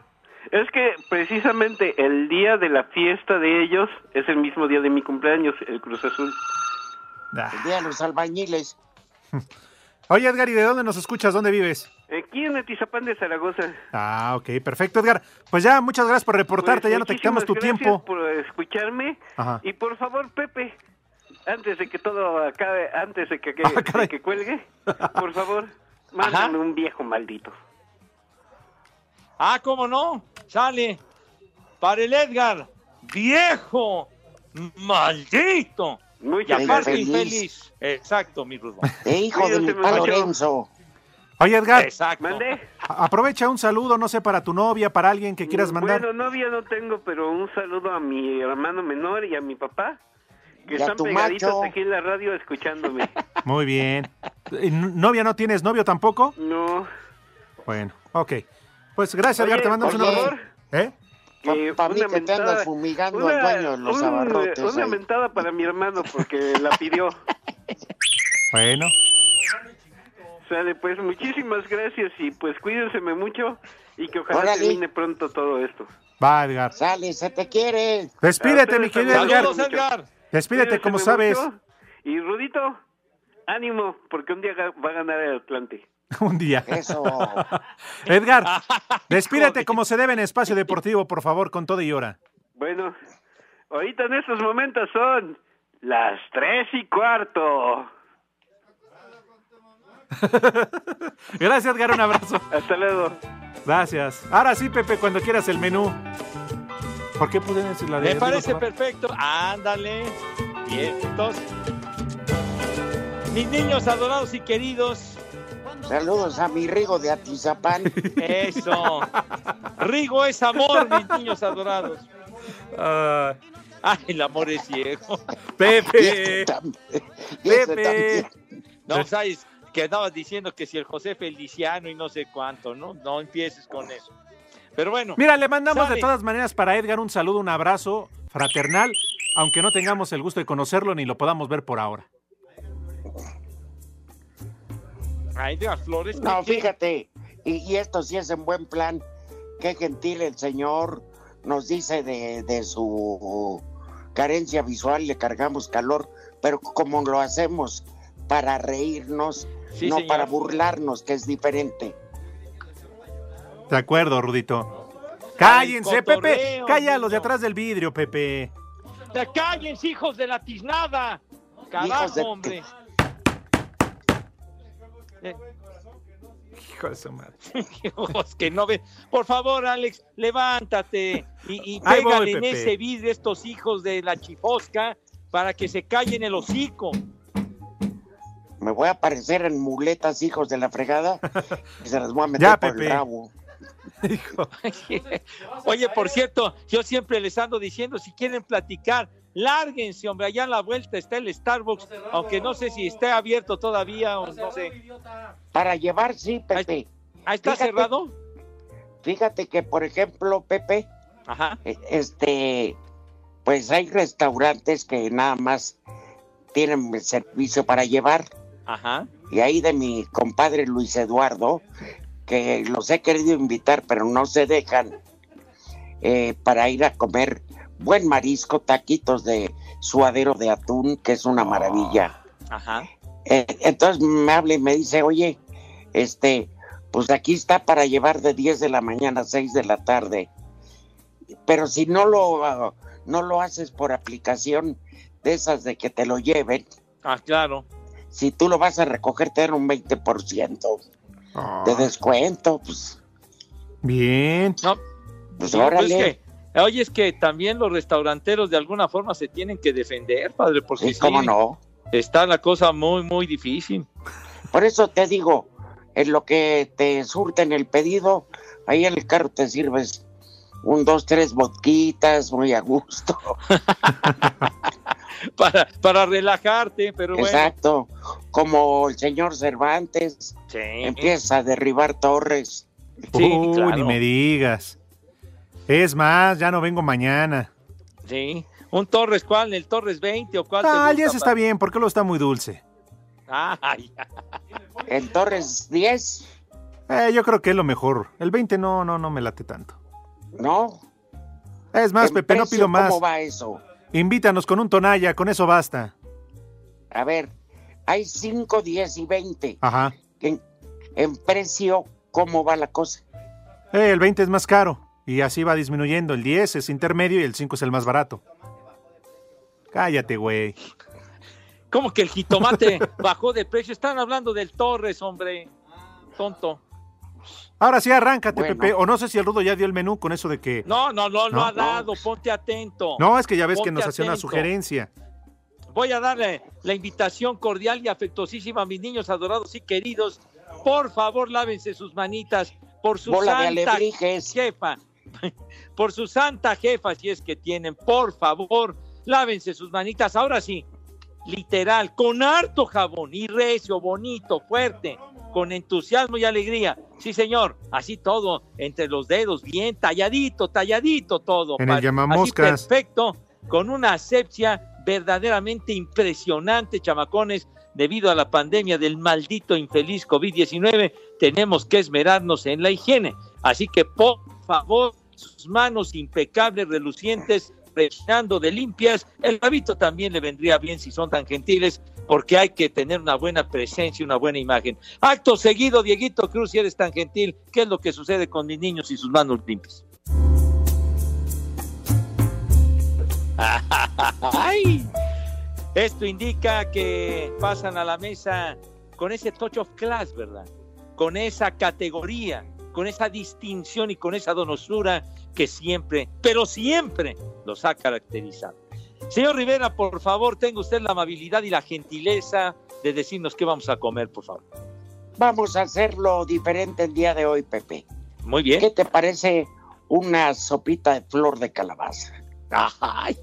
[SPEAKER 12] es que precisamente el día de la fiesta de ellos es el mismo día de mi cumpleaños, el Cruz Azul.
[SPEAKER 7] El día de los albañiles.
[SPEAKER 2] Oye, Edgar, ¿y de dónde nos escuchas? ¿Dónde vives?
[SPEAKER 12] Aquí en Atizapán de Zaragoza.
[SPEAKER 2] Ah, ok, perfecto, Edgar. Pues ya, muchas gracias por reportarte,
[SPEAKER 12] Pues,
[SPEAKER 2] ya no te
[SPEAKER 12] muchísimas
[SPEAKER 2] quitamos tu
[SPEAKER 12] gracias
[SPEAKER 2] tiempo.
[SPEAKER 12] por escucharme.
[SPEAKER 2] Ajá.
[SPEAKER 12] Y por favor, Pepe, antes de que todo acabe, antes de que,
[SPEAKER 2] Ah,
[SPEAKER 12] que- de que cuelgue, por favor, mándame un viejo maldito.
[SPEAKER 6] Ah, ¿cómo no? Sale. Para el Edgar. Viejo. Maldito. Y
[SPEAKER 12] Muchas
[SPEAKER 6] aparte
[SPEAKER 12] gracias.
[SPEAKER 6] infeliz. Exacto, mi Rudo.
[SPEAKER 7] E hijo de mi
[SPEAKER 12] Cuídate
[SPEAKER 7] pa
[SPEAKER 12] mucho.
[SPEAKER 7] Lorenzo.
[SPEAKER 2] Oye, Edgar,
[SPEAKER 6] Exacto.
[SPEAKER 12] Mandé.
[SPEAKER 2] a- aprovecha un saludo, no sé, para tu novia, para alguien que quieras mandar.
[SPEAKER 12] Bueno, novia no tengo, pero un saludo a mi hermano menor y a mi papá, que
[SPEAKER 7] Y a
[SPEAKER 12] están
[SPEAKER 7] tu
[SPEAKER 12] pegaditos
[SPEAKER 7] macho.
[SPEAKER 12] aquí en la radio escuchándome.
[SPEAKER 2] Muy bien. Eh, n- ¿Novia no tienes novio tampoco?
[SPEAKER 12] no,
[SPEAKER 2] Bueno, ok. Pues gracias,
[SPEAKER 12] Oye,
[SPEAKER 2] Edgar, te mandamos
[SPEAKER 12] por
[SPEAKER 2] una...
[SPEAKER 12] favor.
[SPEAKER 2] ¿Eh?
[SPEAKER 12] que
[SPEAKER 7] Pa- pa' mí
[SPEAKER 12] una
[SPEAKER 7] que te andas
[SPEAKER 12] mentada-
[SPEAKER 7] fumigando al dueño de los abarrotes
[SPEAKER 12] Una
[SPEAKER 7] ahí.
[SPEAKER 12] mentada para mi hermano, porque la pidió.
[SPEAKER 2] Bueno.
[SPEAKER 12] Sale, pues muchísimas gracias y pues cuídenseme mucho y que ojalá
[SPEAKER 7] Órale.
[SPEAKER 12] termine pronto todo esto.
[SPEAKER 2] Va, Edgar.
[SPEAKER 7] Sale, se te quiere.
[SPEAKER 2] Despídete,
[SPEAKER 12] A
[SPEAKER 2] mi
[SPEAKER 12] ustedes
[SPEAKER 2] querido
[SPEAKER 12] también.
[SPEAKER 2] Edgar.
[SPEAKER 6] Saludos, Edgar.
[SPEAKER 2] Despídete,
[SPEAKER 12] Cuídenseme
[SPEAKER 2] como sabes.
[SPEAKER 12] mucho. Y Rudito, ánimo, porque un día ga- va a ganar el Atlante.
[SPEAKER 2] Un día.
[SPEAKER 7] Eso.
[SPEAKER 2] Edgar, despídete como se debe en Espacio Deportivo, por favor, con todo y hora.
[SPEAKER 12] Bueno, ahorita en estos momentos son las tres y cuarto.
[SPEAKER 2] Gracias, Edgar, un abrazo.
[SPEAKER 12] Hasta luego.
[SPEAKER 2] Gracias. Ahora sí, Pepe, cuando quieras el menú. ¿Por qué pueden decir la de
[SPEAKER 6] Me parece
[SPEAKER 2] Diego Cobar?
[SPEAKER 6] perfecto. Ándale. Bien, entonces. Mis niños adorados y queridos.
[SPEAKER 7] Saludos a mi Rigo de Atizapán.
[SPEAKER 6] Eso. Rigo es amor, mis niños adorados.
[SPEAKER 2] Ah,
[SPEAKER 6] Ay, el amor es ciego.
[SPEAKER 7] Y
[SPEAKER 2] Pepe.
[SPEAKER 7] este tam- y este
[SPEAKER 2] Pepe.
[SPEAKER 7] también.
[SPEAKER 6] No, sabes que andabas diciendo que si el José Feliciano y no sé cuánto, ¿no? No empieces con eso. Pero bueno,
[SPEAKER 2] Mira, le mandamos de
[SPEAKER 6] Sale.
[SPEAKER 2] todas maneras para Edgar un saludo, un abrazo fraternal, aunque no tengamos el gusto de conocerlo ni lo podamos ver por ahora.
[SPEAKER 6] ahí de las flores.
[SPEAKER 7] No,
[SPEAKER 6] ¿qué?
[SPEAKER 7] fíjate, y, y esto sí es en buen plan. Qué gentil el señor nos dice de, de su carencia visual, le cargamos calor, pero como lo hacemos para reírnos,
[SPEAKER 6] Sí,
[SPEAKER 7] no
[SPEAKER 6] señor.
[SPEAKER 7] para burlarnos, que es diferente.
[SPEAKER 2] De acuerdo, Rudito. Cállense, Pepe.
[SPEAKER 6] cotorreo,
[SPEAKER 2] Calla a los de
[SPEAKER 6] niño.
[SPEAKER 2] atrás del vidrio, Pepe.
[SPEAKER 6] Ya ¡Cállense, hijos de la tiznada! ¡Carajo,
[SPEAKER 7] Hijos de-
[SPEAKER 6] hombre! Eh,
[SPEAKER 2] Hijo de su madre.
[SPEAKER 6] Ojos que no ven. Por favor, Alex, levántate y, y
[SPEAKER 2] Ahí voy,
[SPEAKER 6] pégale en
[SPEAKER 2] Pepe.
[SPEAKER 6] ese vidrio estos hijos de la chifosca para que se callen el hocico.
[SPEAKER 7] Me voy a aparecer en muletas, hijos de la fregada, y se las voy a meter
[SPEAKER 2] Ya,
[SPEAKER 7] por
[SPEAKER 2] Pepe.
[SPEAKER 7] el rabo.
[SPEAKER 2] Hijo.
[SPEAKER 6] Oye, por cierto, yo siempre les ando diciendo, si quieren platicar, lárguense, hombre, allá a la vuelta está el Starbucks, aunque no sé si está abierto todavía o no sé.
[SPEAKER 7] Para llevar, sí, Pepe.
[SPEAKER 6] Ah, ¿está
[SPEAKER 7] Fíjate.
[SPEAKER 6] cerrado?
[SPEAKER 7] Fíjate que, por ejemplo, Pepe,
[SPEAKER 6] Ajá.
[SPEAKER 7] Eh, este, pues hay restaurantes que nada más tienen el servicio para llevar.
[SPEAKER 6] Ajá.
[SPEAKER 7] Y ahí de mi compadre Luis Eduardo, que los he querido invitar, pero no se dejan eh, para ir a comer buen marisco, taquitos de suadero de atún, que es una maravilla.
[SPEAKER 6] Ajá.
[SPEAKER 7] Eh, entonces me habla y me dice, oye, este, pues aquí está para llevar de 10 de la mañana a 6 de la tarde. Pero si no lo, no lo haces por aplicación de esas de que te lo lleven.
[SPEAKER 6] Ah, claro.
[SPEAKER 7] Si tú lo vas a recoger, te dan un 20%
[SPEAKER 2] Ah,
[SPEAKER 7] de descuento, pues.
[SPEAKER 2] Bien.
[SPEAKER 6] No,
[SPEAKER 7] Pues
[SPEAKER 6] no, pero
[SPEAKER 7] órale.
[SPEAKER 6] es que, oye, es que también los restauranteros de alguna forma se tienen que defender, padre, porque
[SPEAKER 7] Sí, cómo
[SPEAKER 6] pues sí,
[SPEAKER 7] no.
[SPEAKER 6] está la cosa muy, muy difícil.
[SPEAKER 7] Por eso te digo, en lo que te surten el pedido, ahí en el carro te sirves un, dos, tres vodquitas, muy a gusto.
[SPEAKER 6] para, para relajarte, pero bueno.
[SPEAKER 7] Exacto. Como el señor Cervantes
[SPEAKER 6] Sí.
[SPEAKER 7] empieza a derribar torres.
[SPEAKER 2] Uy, ni me digas. Es más, ya no vengo mañana.
[SPEAKER 6] Sí. ¿Un Torres cuál? ¿El Torres 20 o cuál? te
[SPEAKER 2] Ah, el
[SPEAKER 6] gusta,
[SPEAKER 2] 10 está
[SPEAKER 6] padre?
[SPEAKER 2] bien, porque lo está muy dulce.
[SPEAKER 6] Ay,
[SPEAKER 7] En Torres 10,
[SPEAKER 2] Eh, yo creo que es lo mejor. El 20 no, no, no me late tanto.
[SPEAKER 7] ¿no?
[SPEAKER 2] Es más,
[SPEAKER 7] En
[SPEAKER 2] Pepe, no
[SPEAKER 7] precio,
[SPEAKER 2] pido más.
[SPEAKER 7] ¿Cómo va eso?
[SPEAKER 2] Invítanos con un tonalla, con eso basta.
[SPEAKER 7] A ver, hay 5, 10 y 20.
[SPEAKER 2] Ajá.
[SPEAKER 7] En, en precio, ¿cómo va la cosa?
[SPEAKER 2] Eh, el 20 es más caro. Y así va disminuyendo. El 10 es intermedio y el 5 es el más barato. Cállate, güey.
[SPEAKER 6] ¿Cómo que el jitomate bajó de precio? Están hablando del Torres, hombre. Tonto.
[SPEAKER 2] Ahora sí, arráncate,
[SPEAKER 6] Bueno.
[SPEAKER 2] Pepe. O no sé si el Rudo ya dio el menú con eso de que.
[SPEAKER 6] No, no, no, no,
[SPEAKER 2] No,
[SPEAKER 6] ha dado. Ponte atento.
[SPEAKER 2] No, es que ya ves
[SPEAKER 6] Ponte
[SPEAKER 2] que nos hacía una
[SPEAKER 6] atento.
[SPEAKER 2] sugerencia.
[SPEAKER 6] Voy a darle la invitación cordial y afectuosísima a mis niños adorados y queridos. Por favor, lávense sus manitas por su
[SPEAKER 7] Bola de
[SPEAKER 6] santa
[SPEAKER 7] alebrijes.
[SPEAKER 6] jefa. Por su santa jefa, si es que tienen. Por favor, lávense sus manitas. Ahora sí, literal, con harto jabón y recio, bonito, fuerte, con entusiasmo y alegría. Sí, señor, así todo, entre los dedos, bien talladito, talladito todo.
[SPEAKER 2] En el
[SPEAKER 6] padre. Así
[SPEAKER 2] llamamoscas.
[SPEAKER 6] perfecto, con una asepsia verdaderamente impresionante, chamacones. Debido a la pandemia del maldito infeliz COVID-19, tenemos que esmerarnos en la higiene. Así que, por favor, sus manos impecables, relucientes, rellenando de limpias. El hábito también le vendría bien si son tan gentiles, porque hay que tener una buena presencia y una buena imagen. Acto seguido, Dieguito Cruz, si eres tan gentil, ¿qué es lo que sucede con mis niños y sus manos limpias? ¡Ay! Esto indica que pasan a la mesa con ese touch of class, ¿verdad? Con esa categoría, con esa distinción y con esa donosura que siempre, pero siempre los ha caracterizado. Señor Rivera, por favor, tenga usted la amabilidad y la gentileza de decirnos qué vamos a comer, por favor.
[SPEAKER 7] Vamos a hacerlo diferente el día de hoy, Pepe.
[SPEAKER 6] Muy bien.
[SPEAKER 7] ¿Qué te parece una sopita de flor de calabaza?
[SPEAKER 6] Ay,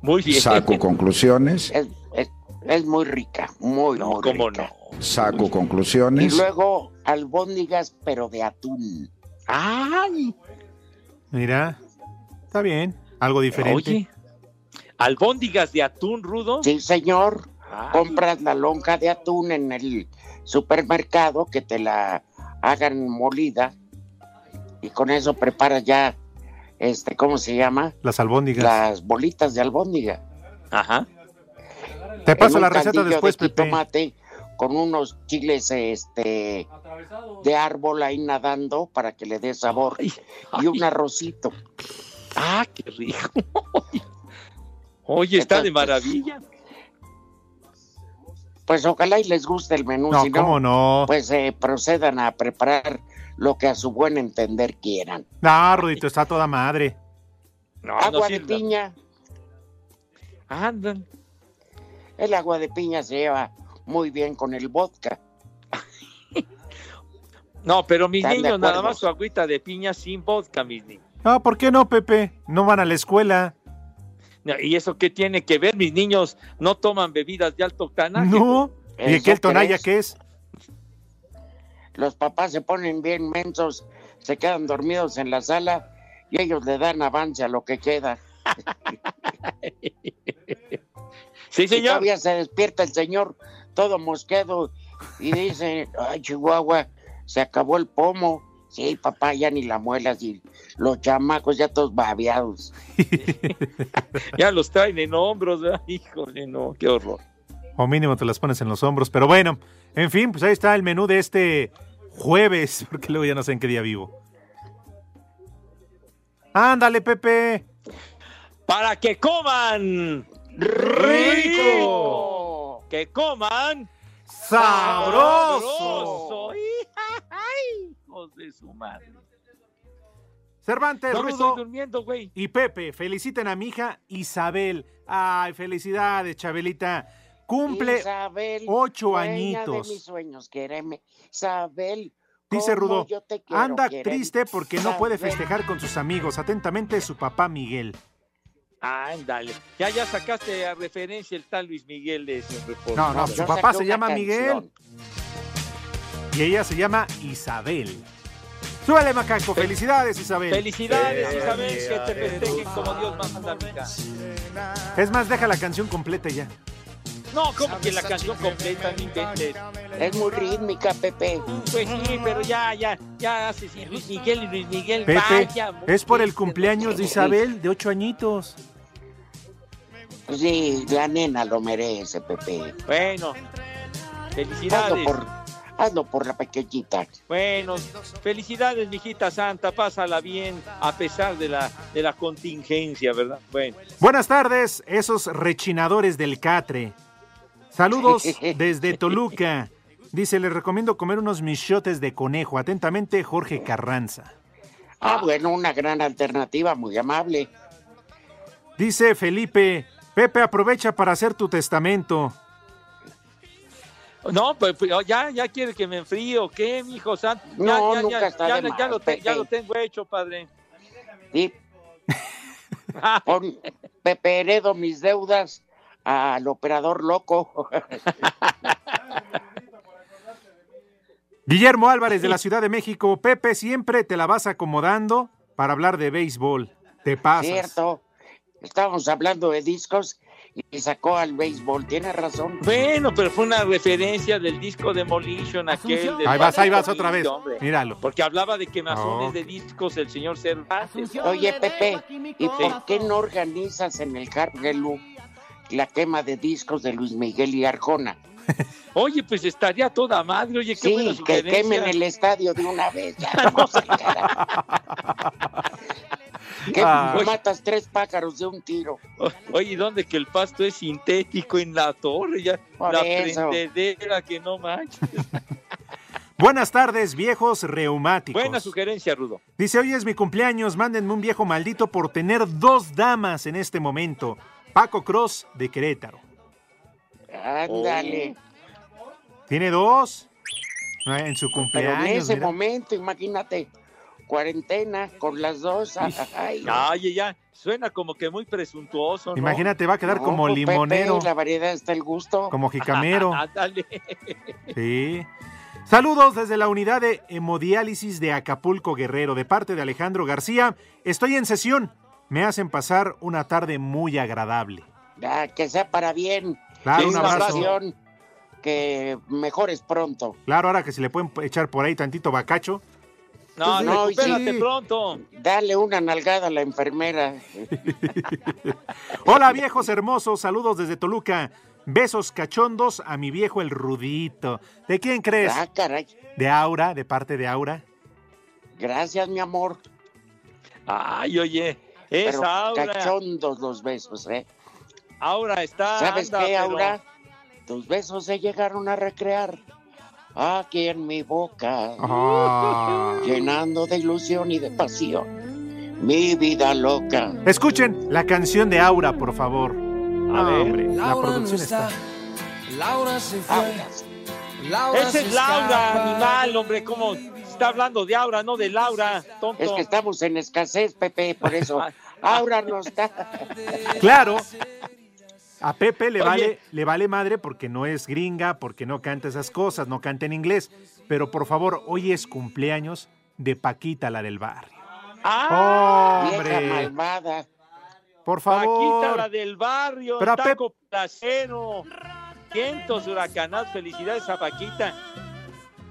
[SPEAKER 6] muy bien.
[SPEAKER 14] Saco conclusiones,
[SPEAKER 7] Es, es- es muy rica, muy, muy
[SPEAKER 6] cómo
[SPEAKER 7] rica.
[SPEAKER 14] saco
[SPEAKER 7] Y
[SPEAKER 14] conclusiones.
[SPEAKER 7] luego albóndigas, pero de atún.
[SPEAKER 6] ¡Ay!
[SPEAKER 2] Mira, está bien. Algo diferente.
[SPEAKER 6] Oye, albóndigas de atún rudo. Ah,
[SPEAKER 7] Sí, señor.
[SPEAKER 2] Ah.
[SPEAKER 6] Ay.
[SPEAKER 7] Compras la lonja de atún en el supermercado, que te la hagan molida. Y con eso preparas ya, este, ¿cómo se llama?
[SPEAKER 2] Las albóndigas.
[SPEAKER 7] Las bolitas de albóndiga.
[SPEAKER 6] Ajá.
[SPEAKER 2] Te paso
[SPEAKER 7] en
[SPEAKER 2] la
[SPEAKER 7] un
[SPEAKER 2] receta
[SPEAKER 7] caldillo
[SPEAKER 2] después,
[SPEAKER 7] de
[SPEAKER 2] Pepe.
[SPEAKER 7] tomate con unos chiles este de árbol ahí nadando para que le dé sabor y un arrocito.
[SPEAKER 6] Ah, qué rico. Oye, está de maravilla.
[SPEAKER 7] Pues ojalá y les guste el menú,
[SPEAKER 2] No,
[SPEAKER 7] si no,
[SPEAKER 2] cómo no.
[SPEAKER 7] pues eh, procedan a preparar lo que a su buen entender quieran.
[SPEAKER 2] No, Rudito, está toda madre.
[SPEAKER 7] agua
[SPEAKER 6] Ah, no
[SPEAKER 7] de
[SPEAKER 6] sirve.
[SPEAKER 7] piña,
[SPEAKER 6] Ándale.
[SPEAKER 7] el agua de piña se lleva muy bien con el vodka.
[SPEAKER 6] No, pero mis
[SPEAKER 7] Están de
[SPEAKER 6] niños, nada
[SPEAKER 7] acuerdo.
[SPEAKER 6] más su agüita de piña sin vodka, mis niños.
[SPEAKER 2] Ah, ¿por qué no, Pepe? No van a la escuela.
[SPEAKER 6] ¿Y eso qué tiene que ver? Mis niños no toman bebidas de alto octanaje.
[SPEAKER 2] No. ¿Y
[SPEAKER 7] Eso
[SPEAKER 2] aquel tonalla
[SPEAKER 7] Eh, crees.
[SPEAKER 2] qué es?
[SPEAKER 7] Los papás se ponen bien mensos, se quedan dormidos en la sala y ellos le dan avance a lo que queda.
[SPEAKER 6] Sí,
[SPEAKER 7] Y
[SPEAKER 6] señor.
[SPEAKER 7] todavía se despierta el señor todo mosquedo y dice, ay, Chihuahua, se acabó el pomo. Sí, papá, ya ni la muelas y los chamacos ya todos babeados.
[SPEAKER 6] Ya los traen en hombros, ¿verdad? Híjole, no, qué horror.
[SPEAKER 2] O mínimo te las pones en los hombros. Pero bueno, en fin, pues ahí está el menú de este jueves, porque luego ya no sé en qué día vivo. Ándale, Pepe.
[SPEAKER 6] Para que coman rico. Que coman
[SPEAKER 2] sabroso.
[SPEAKER 6] ¡Ay, hijos de su madre!
[SPEAKER 2] Cervantes,
[SPEAKER 6] No me
[SPEAKER 2] Rudo
[SPEAKER 6] estoy durmiendo, güey.
[SPEAKER 2] y Pepe, feliciten a mi hija Isabel. Ay, felicidades, Chabelita. Cumple
[SPEAKER 7] Isabel,
[SPEAKER 2] ocho
[SPEAKER 7] dueña
[SPEAKER 2] añitos.
[SPEAKER 7] De mis sueños, quéreme. Isabel.
[SPEAKER 2] Dice
[SPEAKER 7] cómo
[SPEAKER 2] Rudo,
[SPEAKER 7] yo te quiero,
[SPEAKER 2] anda
[SPEAKER 7] quéreme.
[SPEAKER 2] triste porque no puede
[SPEAKER 7] Isabel.
[SPEAKER 2] festejar con sus amigos. Atentamente, su papá Miguel.
[SPEAKER 6] Ándale. Ya, ya sacaste a referencia el tal Luis Miguel de ese reporte.
[SPEAKER 2] No, no, su
[SPEAKER 7] yo
[SPEAKER 2] papá
[SPEAKER 7] saqué
[SPEAKER 2] se
[SPEAKER 7] una
[SPEAKER 2] llama Miguel
[SPEAKER 7] canción.
[SPEAKER 2] y ella se llama Isabel. Súbele, Macaco. Felicidades, Isabel.
[SPEAKER 6] Felicidades, Isabel, que te festejen como Dios manda, amiga.
[SPEAKER 2] Es más, deja la canción completa ya.
[SPEAKER 6] No, como que la canción completa ni inventes.
[SPEAKER 7] Es muy rítmica, Pepe.
[SPEAKER 6] Pues sí, pero ya, ya, ya haces y Luis Miguel y Luis Miguel,
[SPEAKER 2] Pepe,
[SPEAKER 6] vaya.
[SPEAKER 2] es por el cumpleaños de Isabel, de ocho añitos.
[SPEAKER 7] Sí, la nena lo merece, Pepe.
[SPEAKER 6] Bueno,
[SPEAKER 7] Hazlo
[SPEAKER 6] felicidades.
[SPEAKER 7] por, hazlo por la pequeñita.
[SPEAKER 6] Bueno, felicidades, mijita santa, pásala bien a pesar de la, de la contingencia, ¿verdad? Bueno,
[SPEAKER 2] Buenas tardes, esos rechinadores del Catre. Saludos desde Toluca. Dice, les recomiendo comer unos michotes de conejo. Atentamente, Jorge Carranza.
[SPEAKER 7] Ah, bueno, una gran alternativa, muy amable.
[SPEAKER 2] Dice Felipe, Pepe, aprovecha para hacer tu testamento.
[SPEAKER 6] no, pues, pues, ya, ya quiere que me enfríe o qué, mijo santo. Ya,
[SPEAKER 7] No,
[SPEAKER 6] ya,
[SPEAKER 7] nunca
[SPEAKER 6] ya,
[SPEAKER 7] está
[SPEAKER 6] ya,
[SPEAKER 7] de
[SPEAKER 6] ya
[SPEAKER 7] más,
[SPEAKER 6] lo te- ya lo
[SPEAKER 7] Pepe.
[SPEAKER 6] tengo hecho, padre.
[SPEAKER 7] Sí. Pon- Pepe, heredo mis deudas al operador loco.
[SPEAKER 2] Guillermo Álvarez de la Ciudad de México, Pepe, siempre te la vas acomodando para hablar de béisbol. Te pasas.
[SPEAKER 7] Cierto. Estábamos hablando de discos y sacó al béisbol. Tiene razón.
[SPEAKER 6] Bueno, pero fue una referencia del disco Demolition aquel. del-
[SPEAKER 2] Ahí vas, ahí vas otra vez.
[SPEAKER 6] Hombre,
[SPEAKER 2] Míralo.
[SPEAKER 6] Porque hablaba de quemazones
[SPEAKER 2] Ok.
[SPEAKER 6] de discos el señor Cervantes.
[SPEAKER 7] Oye, Pepe, ¿y por qué no organizas en el Hargelu la quema de discos de Luis Miguel y Arjona?
[SPEAKER 6] Oye, pues estaría toda madre, oye, qué buena
[SPEAKER 7] Sí, que
[SPEAKER 6] sugerencia.
[SPEAKER 7] quemen el estadio de una vez. ya, no sé, carajo. que
[SPEAKER 2] Ah.
[SPEAKER 7] matas tres pájaros de un tiro.
[SPEAKER 6] O- Oye, ¿y ¿dónde que el pasto es sintético en la torre? Ya,
[SPEAKER 7] Por
[SPEAKER 6] la
[SPEAKER 7] eso.
[SPEAKER 6] prendedera que no manches.
[SPEAKER 2] Buenas tardes, viejos reumáticos.
[SPEAKER 6] Buena sugerencia, Rudo.
[SPEAKER 2] Dice, hoy es mi cumpleaños, mándenme un viejo maldito por tener dos damas en este momento. Paco Cross de Querétaro.
[SPEAKER 7] Ándale.
[SPEAKER 6] Oh,
[SPEAKER 2] ¿Tiene dos? Ah, En su
[SPEAKER 7] Pero en
[SPEAKER 2] cumpleaños.
[SPEAKER 7] ese
[SPEAKER 2] mira.
[SPEAKER 7] momento, imagínate, cuarentena con las dos. ay.
[SPEAKER 6] Ay, ya, suena como que muy presuntuoso, ¿no?
[SPEAKER 2] Imagínate, va a quedar
[SPEAKER 7] No,
[SPEAKER 2] como
[SPEAKER 7] pues, Pepe,
[SPEAKER 2] limonero,
[SPEAKER 7] la variedad está el gusto.
[SPEAKER 2] como jicamero.
[SPEAKER 6] Ah, dale.
[SPEAKER 2] Sí. Saludos desde la unidad de hemodiálisis de Acapulco Guerrero, de parte de Alejandro García. Estoy en sesión. Me hacen pasar una tarde muy agradable.
[SPEAKER 7] Ah, que sea para bien.
[SPEAKER 2] Claro,
[SPEAKER 7] Que
[SPEAKER 2] Ah, un
[SPEAKER 7] esa
[SPEAKER 2] abrazo.
[SPEAKER 7] pasión, Que mejores pronto.
[SPEAKER 2] Claro, ahora que se le pueden echar por ahí tantito bacacho.
[SPEAKER 6] No,
[SPEAKER 7] No, y
[SPEAKER 6] recupérate
[SPEAKER 7] Pues sí.
[SPEAKER 6] pronto.
[SPEAKER 7] Dale una nalgada a la enfermera.
[SPEAKER 2] Hola, viejos hermosos. Saludos desde Toluca. Besos cachondos a mi viejo el Rudito. ¿De quién crees?
[SPEAKER 7] Ah, caray.
[SPEAKER 2] De Aura, de parte de Aura.
[SPEAKER 7] Gracias, mi amor.
[SPEAKER 6] Ay, oye, es
[SPEAKER 7] Pero
[SPEAKER 6] Aura.
[SPEAKER 7] cachondos los besos, ¿eh?
[SPEAKER 6] Aura está.
[SPEAKER 7] ¿Sabes
[SPEAKER 6] anda,
[SPEAKER 7] qué,
[SPEAKER 6] pero-
[SPEAKER 7] Aura? Tus besos se llegaron a recrear aquí en mi boca,
[SPEAKER 2] Ah.
[SPEAKER 7] llenando de ilusión y de pasión. Mi vida loca.
[SPEAKER 2] Escuchen la canción de Aura, por favor.
[SPEAKER 6] A ver.
[SPEAKER 2] hombre, la
[SPEAKER 15] Laura no
[SPEAKER 2] producción
[SPEAKER 15] está.
[SPEAKER 2] está.
[SPEAKER 15] Laura se fue.
[SPEAKER 7] Aura,
[SPEAKER 15] Laura
[SPEAKER 6] Esa
[SPEAKER 15] se
[SPEAKER 6] es Laura,
[SPEAKER 15] escapa.
[SPEAKER 6] animal, hombre, ¿cómo? Está hablando de Aura, no de Laura, tonto.
[SPEAKER 7] Es que estamos en escasez, Pepe, por eso. Ahora no está.
[SPEAKER 2] Claro. A Pepe le
[SPEAKER 6] Oye.
[SPEAKER 2] vale, le vale madre porque no es gringa, porque no canta esas cosas, no canta en inglés. Pero por favor, hoy es cumpleaños de Paquita, la del barrio.
[SPEAKER 6] ¡Ah!
[SPEAKER 7] Vieja
[SPEAKER 2] ¡Hombre!
[SPEAKER 7] malvada.
[SPEAKER 2] Por
[SPEAKER 6] Paquita,
[SPEAKER 2] favor.
[SPEAKER 6] la del barrio,
[SPEAKER 2] Pero a
[SPEAKER 6] Taco Placero. Cientos huracanados, felicidades a Paquita.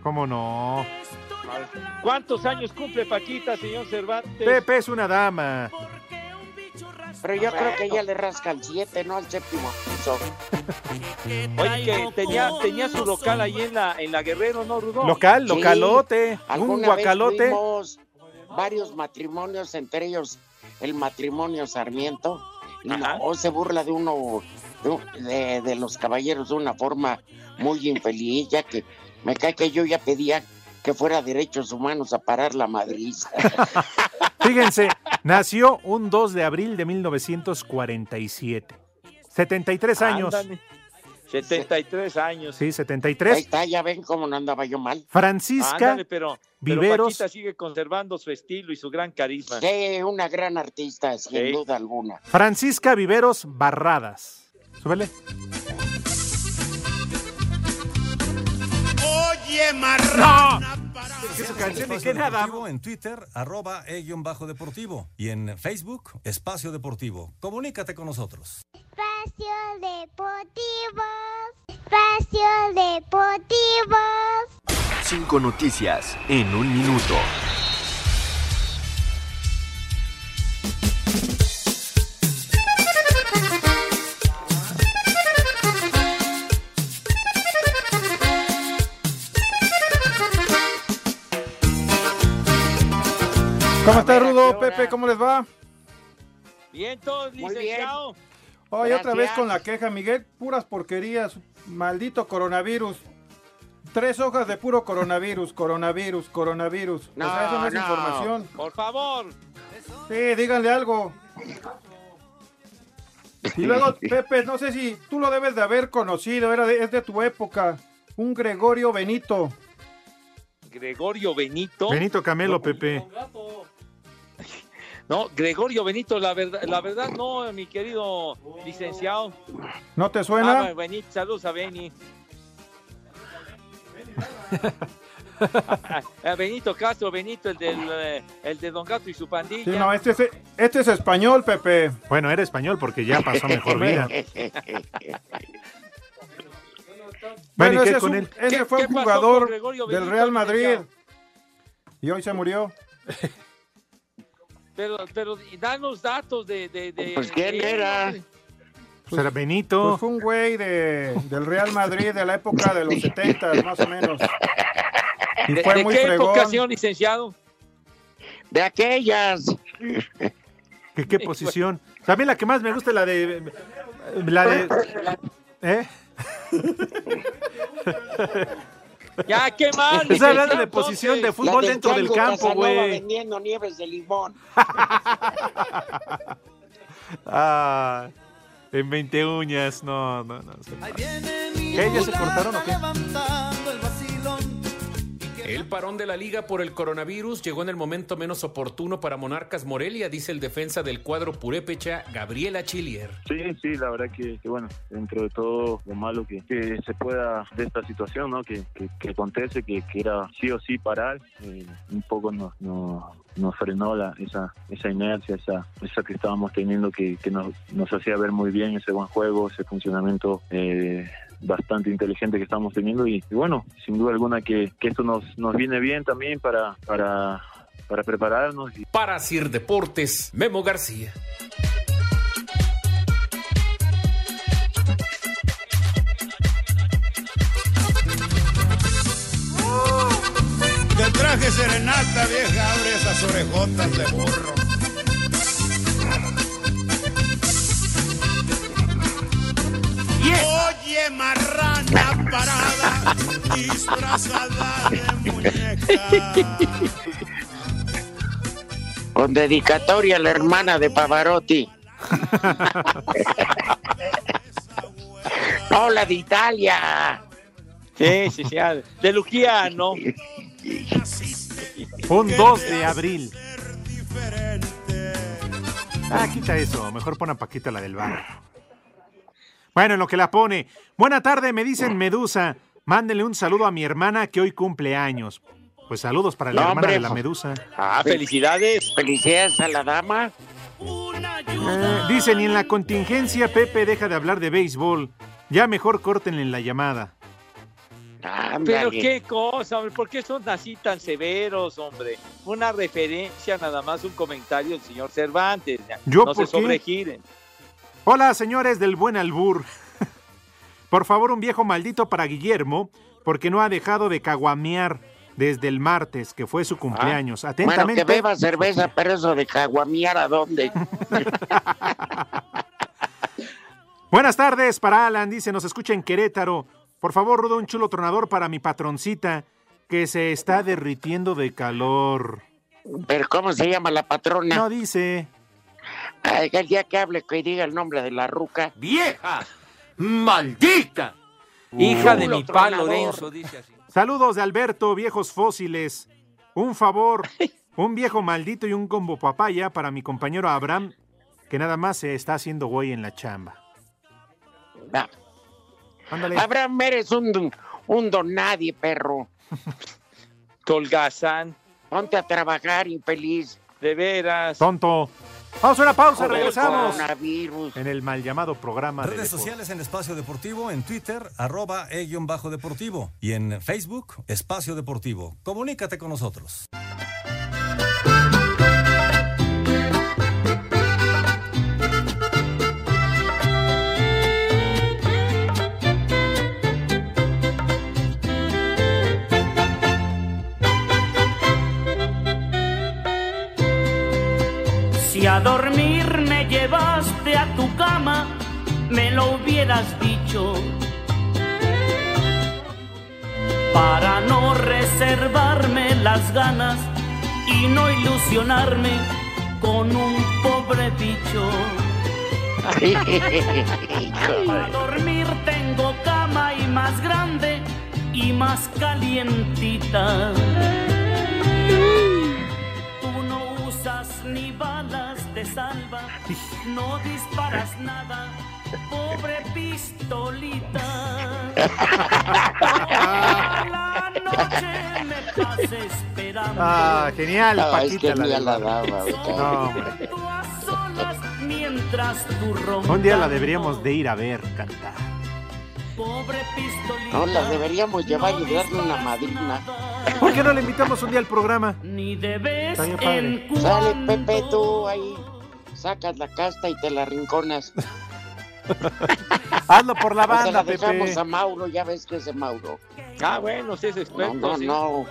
[SPEAKER 2] ¿Cómo no?
[SPEAKER 6] ¿Cuántos años cumple Paquita, señor Cervantes?
[SPEAKER 2] Pepe es una dama.
[SPEAKER 7] Pero yo creo que ya le rasca al 7, no al séptimo piso.
[SPEAKER 6] Oye, que tenía, tenía su local ahí en la, en la Guerrero, ¿no, Rudolf?
[SPEAKER 2] Local,
[SPEAKER 7] Sí,
[SPEAKER 2] localote, un
[SPEAKER 7] alguna vez
[SPEAKER 2] guacalote.
[SPEAKER 7] tuvimos varios matrimonios, entre ellos el matrimonio Sarmiento. Y no, se burla de uno, de, un- de- de los caballeros de una forma muy infeliz, ya que me cae que yo ya pedía que fuera Derechos Humanos a parar la madriza.
[SPEAKER 2] Fíjense, nació un 2 de abril de 1947. 73 años.
[SPEAKER 6] Ándale. 73 años.
[SPEAKER 2] Sí, 73.
[SPEAKER 7] Ahí está, ya ven cómo no andaba yo mal.
[SPEAKER 2] Francisca
[SPEAKER 6] Ándale, pero, pero
[SPEAKER 2] Viveros.
[SPEAKER 6] Paquita sigue conservando su estilo y su gran carisma.
[SPEAKER 7] Sí, Eh, una gran artista, sin duda alguna.
[SPEAKER 2] Francisca Viveros Barradas. Súbele.
[SPEAKER 16] Oye,
[SPEAKER 8] ¿Qué
[SPEAKER 16] su canción ni qué nada.
[SPEAKER 8] En Twitter, arroba e e-deportivo. Y en Facebook, Espacio Deportivo. Comunícate con nosotros.
[SPEAKER 13] Espacio Deportivo. Espacio Deportivo.
[SPEAKER 17] Cinco noticias en un minuto.
[SPEAKER 18] ¿Cómo está Rudo, Pepe? ¿Cómo les va?
[SPEAKER 6] Bien, todos, licenciado.
[SPEAKER 18] Hoy otra vez
[SPEAKER 6] Gracias.
[SPEAKER 18] con la queja, Miguel. Puras porquerías. Maldito coronavirus. Tres hojas de puro coronavirus, coronavirus, coronavirus. O sea, eso no es información.
[SPEAKER 6] Por favor.
[SPEAKER 18] Sí, díganle algo. Y luego, Pepe, no sé si tú lo debes de haber conocido, era de- es de tu época. Un Gregorio Benito.
[SPEAKER 6] Gregorio Benito.
[SPEAKER 2] Benito Camelo, Pepe.
[SPEAKER 6] No, Gregorio Benito, la verdad, la verdad no, mi querido licenciado.
[SPEAKER 18] ¿No te suena?
[SPEAKER 6] Ah, Benito, saludos a Beni. A Benito Castro, Benito, el, del, eh, el de Don Gato y su pandilla.
[SPEAKER 18] Sí, no, este es, este es español, Pepe.
[SPEAKER 2] Bueno, era español porque ya pasó mejor vida. Bueno, ¿y
[SPEAKER 18] Bueno,
[SPEAKER 2] qué
[SPEAKER 18] ese, es
[SPEAKER 2] con
[SPEAKER 18] un-
[SPEAKER 2] él?
[SPEAKER 18] ese
[SPEAKER 2] ¿Qué-
[SPEAKER 18] fue
[SPEAKER 2] qué
[SPEAKER 18] un
[SPEAKER 2] pasó
[SPEAKER 18] jugador
[SPEAKER 2] con Gregorio
[SPEAKER 18] del
[SPEAKER 2] Benito,
[SPEAKER 18] Real Madrid. Y hoy se murió.
[SPEAKER 6] Pero, pero danos datos de... de, de- eh,
[SPEAKER 18] Pues, ¿quién
[SPEAKER 6] de-
[SPEAKER 18] era?
[SPEAKER 2] Pues era Benito.
[SPEAKER 18] Pues fue un güey de, del Real Madrid de la época de los 70, más o menos. Y
[SPEAKER 6] ¿De,
[SPEAKER 18] fue
[SPEAKER 6] de
[SPEAKER 18] muy
[SPEAKER 6] qué
[SPEAKER 18] fregón.
[SPEAKER 6] época, señor licenciado?
[SPEAKER 7] De aquellas.
[SPEAKER 2] ¿Qué, qué posición? También la que más me gusta es la de. La de. ¿Eh?
[SPEAKER 6] Ya, qué mal.
[SPEAKER 2] Estás hablando de
[SPEAKER 6] licenciado,
[SPEAKER 2] posición de
[SPEAKER 6] entonces.
[SPEAKER 2] fútbol dentro del campo, güey.
[SPEAKER 7] vendiendo nieves de limón.
[SPEAKER 2] Ah, en 20 uñas. No, no, no. se pasa. ¿Qué? ¿Ya se cortaron o qué?
[SPEAKER 19] El parón de la liga por el coronavirus llegó en el momento menos oportuno para Monarcas Morelia, dice el defensa del cuadro purépecha Gabriela Chilier.
[SPEAKER 20] Sí, sí, la verdad que, que, bueno, dentro de todo lo malo que, que se pueda de esta situación, ¿no? Que, que- que acontece, que, que era sí o sí parar, eh, un poco nos, nos, nos frenó la, esa, esa inercia, esa, esa que estábamos teniendo que, que nos, nos hacía ver muy bien ese buen juego, ese funcionamiento eh, bastante inteligente que estamos teniendo y, y bueno, sin duda alguna que, que esto nos, nos viene bien también para, para, para prepararnos y
[SPEAKER 19] Para Sir Deportes, Memo García.
[SPEAKER 16] Te traje serenata, vieja, abre esas orejotas de burro. Oye, marrana parada, disfrazada de muñeca.
[SPEAKER 7] Con dedicatoria a la hermana de Pavarotti. Hola de Italia.
[SPEAKER 6] Sí, sí, sí. ah, De Luquía, ¿no?
[SPEAKER 2] Un 2 de abril. Ah, quita eso. Mejor pon a Paquita la del bar. Bueno, en lo que la pone. Buena tarde, me dicen Medusa. Mándenle un saludo a mi hermana que hoy cumple años. Pues saludos para la
[SPEAKER 7] No,
[SPEAKER 2] hermana
[SPEAKER 7] hombre.
[SPEAKER 2] de la Medusa.
[SPEAKER 7] Ah,
[SPEAKER 6] felicidades.
[SPEAKER 7] Felicidades a la dama.
[SPEAKER 2] Eh, dicen, y en la contingencia Pepe deja de hablar de béisbol. Ya mejor córtenle la llamada.
[SPEAKER 6] Pero qué cosa, hombre, ¿por qué son así tan severos, hombre? Una referencia, nada más un comentario del señor Cervantes. ya.
[SPEAKER 2] ¿Yo
[SPEAKER 6] no
[SPEAKER 2] por
[SPEAKER 6] se
[SPEAKER 2] qué?
[SPEAKER 6] sobregiren.
[SPEAKER 2] Hola, señores del buen albur. Por favor, un viejo maldito para Guillermo, porque no ha dejado de caguamear desde el martes, que fue su cumpleaños.
[SPEAKER 7] Ah. Bueno,
[SPEAKER 2] Atentamente.
[SPEAKER 7] que beba cerveza, pero eso de caguamear a dónde.
[SPEAKER 2] Buenas tardes para Alan, dice, nos escucha en Querétaro. Por favor, Rudo, un chulo tronador para mi patroncita, que se está derritiendo de calor.
[SPEAKER 7] Pero ¿cómo se llama la patrona?
[SPEAKER 2] No dice.
[SPEAKER 7] Ay, que el día que hable, que diga el nombre de la ruca.
[SPEAKER 3] ¡Vieja!
[SPEAKER 7] ¡Maldita!
[SPEAKER 18] Uh.
[SPEAKER 3] Hija de
[SPEAKER 7] Culo
[SPEAKER 3] mi palo
[SPEAKER 7] tronador.
[SPEAKER 3] denso, dice así.
[SPEAKER 2] Saludos de Alberto, viejos fósiles. Un favor, un viejo maldito y un combo papaya para mi compañero Abraham, que nada más se está haciendo güey en la chamba. Ándale.
[SPEAKER 7] Abraham, eres un, don- un don nadie, perro.
[SPEAKER 6] Colgazán.
[SPEAKER 7] Ponte a trabajar, infeliz.
[SPEAKER 6] De veras.
[SPEAKER 2] Tonto. Vamos a una pausa,
[SPEAKER 7] Joder,
[SPEAKER 2] regresamos.
[SPEAKER 7] coronavirus.
[SPEAKER 2] En el mal llamado programa de
[SPEAKER 8] Redes
[SPEAKER 2] deportes.
[SPEAKER 8] sociales en Espacio Deportivo, en Twitter, arroba e e-deportivo y en Facebook, Espacio Deportivo. Comunícate con nosotros.
[SPEAKER 21] Si a dormir me llevaste a tu cama, me lo hubieras dicho. Para no reservarme las ganas y no ilusionarme con un pobre bicho. A dormir tengo cama y más grande y más calientita. Tú no usas ni balas de salva, no disparas nada, pobre pistolita. Toda la noche me pasa esperando.
[SPEAKER 2] Ah, genial,
[SPEAKER 7] Ah, es
[SPEAKER 2] Paquita.
[SPEAKER 7] genial
[SPEAKER 2] la de-
[SPEAKER 7] la dama, güey.
[SPEAKER 2] No, hombre.
[SPEAKER 21] Tú a solas mientras tú roncas.
[SPEAKER 2] Un día la deberíamos de ir a ver cantar.
[SPEAKER 21] Pobre pistolita.
[SPEAKER 7] No, las deberíamos llevar y darle una madrina.
[SPEAKER 2] ¿Por qué no le invitamos un día al programa?
[SPEAKER 21] Ni debes
[SPEAKER 2] Está bien padre.
[SPEAKER 21] en
[SPEAKER 7] Sale, Pepe, tú ahí sacas la casta y te la rinconas.
[SPEAKER 2] Hazlo por la
[SPEAKER 7] O se
[SPEAKER 2] banda,
[SPEAKER 7] la dejamos
[SPEAKER 2] Pepe.
[SPEAKER 7] a Mauro, ya ves que es de Mauro.
[SPEAKER 6] Ah, bueno, sí es experto.
[SPEAKER 7] No, no,
[SPEAKER 6] sí.
[SPEAKER 7] no.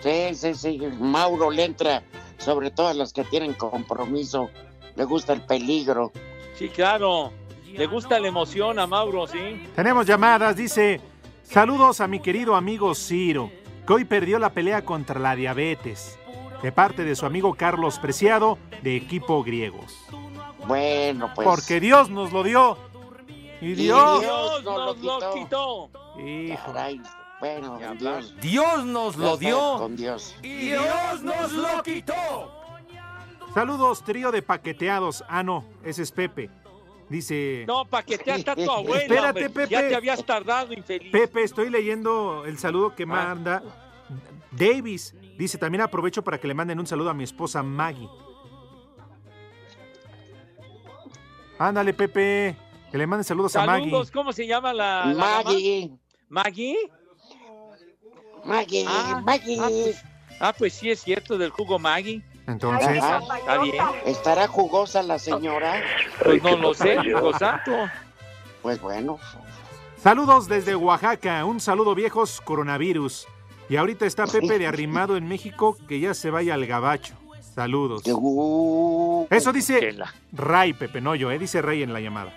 [SPEAKER 7] Sí, sí, sí. Mauro le entra, sobre todo a los que tienen compromiso. Le gusta el peligro.
[SPEAKER 6] Sí, claro. Le gusta la emoción a Mauro, ¿sí?
[SPEAKER 2] Tenemos llamadas, dice. Saludos a mi querido amigo Ciro, que hoy perdió la pelea contra la diabetes. De parte de su amigo Carlos Preciado, de equipo griegos.
[SPEAKER 7] Bueno, pues.
[SPEAKER 2] Porque Dios nos lo dio. Y Dios.
[SPEAKER 6] Dios
[SPEAKER 7] nos lo quitó.
[SPEAKER 2] Hijo.
[SPEAKER 7] Caray, bueno, Dios.
[SPEAKER 3] Dios nos lo
[SPEAKER 7] Ya sabes,
[SPEAKER 3] dio.
[SPEAKER 7] Con Dios.
[SPEAKER 3] Y Dios nos lo quitó.
[SPEAKER 2] Saludos, trío de paqueteados. Ah, no, ese es Pepe. Dice.
[SPEAKER 6] No, paquetea hasta tu abuela.
[SPEAKER 2] Espérate,
[SPEAKER 6] hombre.
[SPEAKER 2] Pepe.
[SPEAKER 6] Ya te habías tardado, infeliz.
[SPEAKER 2] Pepe, estoy leyendo el saludo
[SPEAKER 6] Ah.
[SPEAKER 2] que manda Davis. Dice, también aprovecho para que le manden un saludo a mi esposa Maggie. Ándale, Pepe. Que le manden saludos, a
[SPEAKER 6] Saludos,
[SPEAKER 2] Maggie.
[SPEAKER 6] ¿cómo se llama la. la
[SPEAKER 7] Maggie.
[SPEAKER 6] mamá? ¿Maggie?
[SPEAKER 7] Maggie,
[SPEAKER 6] Ah,
[SPEAKER 7] Maggie.
[SPEAKER 6] ah, pues, ah, pues sí es cierto, del jugo Maggie.
[SPEAKER 2] Entonces,
[SPEAKER 7] Ah,
[SPEAKER 6] Está bien.
[SPEAKER 7] ¿Estará jugosa la señora?
[SPEAKER 6] Pues no lo sé, jugo santo.
[SPEAKER 7] Pues bueno.
[SPEAKER 2] saludos desde Oaxaca. Un saludo, viejos coronavirus. Y ahorita está Pepe de arrimado en México, que ya se vaya al gabacho. Saludos. Eso dice Ray, Pepe, no yo, ¿eh? dice Ray en la llamada.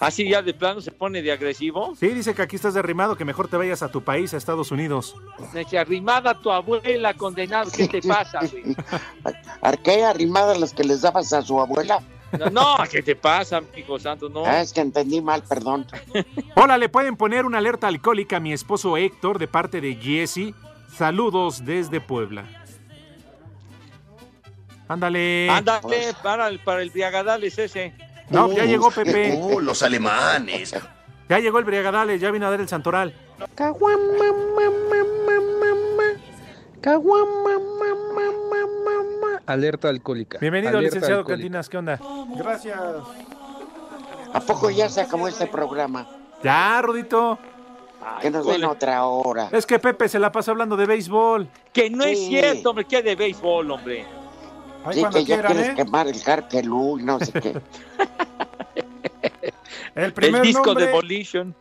[SPEAKER 6] Así ya de plano se pone de agresivo.
[SPEAKER 2] Sí, dice que aquí estás derrimado, que mejor te vayas a tu país, a Estados Unidos.
[SPEAKER 6] Dice, arrimada a tu abuela, condenado. ¿Qué te pasa, güey?
[SPEAKER 7] Arquea arrimada las que les dabas a su abuela.
[SPEAKER 6] No, ¿qué te pasa, hijo santo? No.
[SPEAKER 7] Ah, es que entendí mal, perdón.
[SPEAKER 2] Hola, ¿le pueden poner una alerta alcohólica a mi esposo Héctor de parte de Jesse? Saludos desde Puebla. Ándale.
[SPEAKER 7] pues.
[SPEAKER 6] Ándale, para el, para el Diagadales ese.
[SPEAKER 2] No, ya llegó Pepe.
[SPEAKER 16] Uh, los alemanes.
[SPEAKER 2] Ya llegó el Briagadales, ya vino a dar el santoral.
[SPEAKER 22] Caguama, mamá, mamá, mamá. Caguama, mamá, mamá, mamá.
[SPEAKER 23] Alerta alcohólica.
[SPEAKER 2] Bienvenido,
[SPEAKER 23] Alerta
[SPEAKER 2] licenciado
[SPEAKER 23] alcohólica.
[SPEAKER 2] Cantinas, ¿qué onda?
[SPEAKER 18] Gracias.
[SPEAKER 7] ¿A poco ya se acabó este programa?
[SPEAKER 2] Ya, Rudito.
[SPEAKER 7] Que nos den otra hora.
[SPEAKER 2] Es que Pepe se la pasa hablando de béisbol.
[SPEAKER 6] Que no es cierto, hombre, que de béisbol, hombre.
[SPEAKER 7] Sí, que ya
[SPEAKER 2] ¿eh?
[SPEAKER 7] quieres quemar el cartelú, no sé qué.
[SPEAKER 18] El primer
[SPEAKER 6] disco
[SPEAKER 18] nombre-
[SPEAKER 6] de Volition.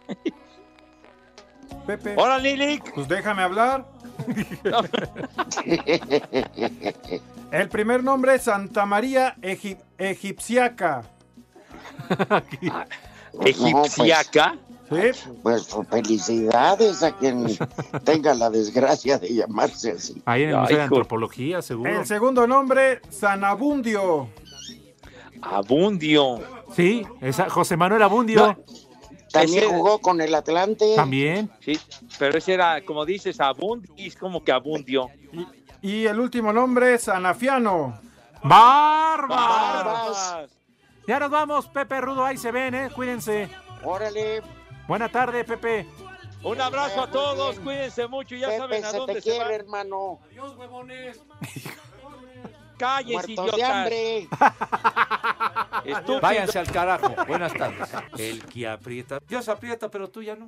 [SPEAKER 18] Pepe.
[SPEAKER 6] Hola, Lilic.
[SPEAKER 18] Pues déjame hablar. El primer nombre es Santa María Egi- Egipciaca.
[SPEAKER 6] ¿Egipciaca?
[SPEAKER 18] pues,
[SPEAKER 7] pues, pues, felicidades a quien tenga la desgracia de llamarse así.
[SPEAKER 2] Ahí en el Museo de
[SPEAKER 7] hijo.
[SPEAKER 2] Antropología, seguro.
[SPEAKER 18] El segundo nombre, Sanabundio.
[SPEAKER 6] Abundio.
[SPEAKER 2] Sí, esa- José Manuel Abundio.
[SPEAKER 6] También Ese- jugó
[SPEAKER 7] con el Atlante.
[SPEAKER 2] También.
[SPEAKER 6] Sí, pero ese era, como dices, abundis, como que abundio.
[SPEAKER 18] Y el último nombre es Anafiano.
[SPEAKER 2] ¡Barbas! Ya nos vamos, Pepe Rudo. Ahí se ven, ¿eh? Cuídense.
[SPEAKER 7] Órale.
[SPEAKER 2] Buena tarde, Pepe.
[SPEAKER 6] Un abrazo a todos, cuídense mucho, ya
[SPEAKER 7] Pepe,
[SPEAKER 6] saben a
[SPEAKER 7] se
[SPEAKER 6] dónde
[SPEAKER 7] te
[SPEAKER 6] se,
[SPEAKER 7] quiere,
[SPEAKER 6] van.
[SPEAKER 7] hermano.
[SPEAKER 6] Calles,
[SPEAKER 7] Muertos de
[SPEAKER 6] idiotas.
[SPEAKER 7] hambre.
[SPEAKER 6] Estúpido.
[SPEAKER 3] Váyanse al carajo. Buenas tardes. El que aprieta. Dios aprieta, pero tú ya no.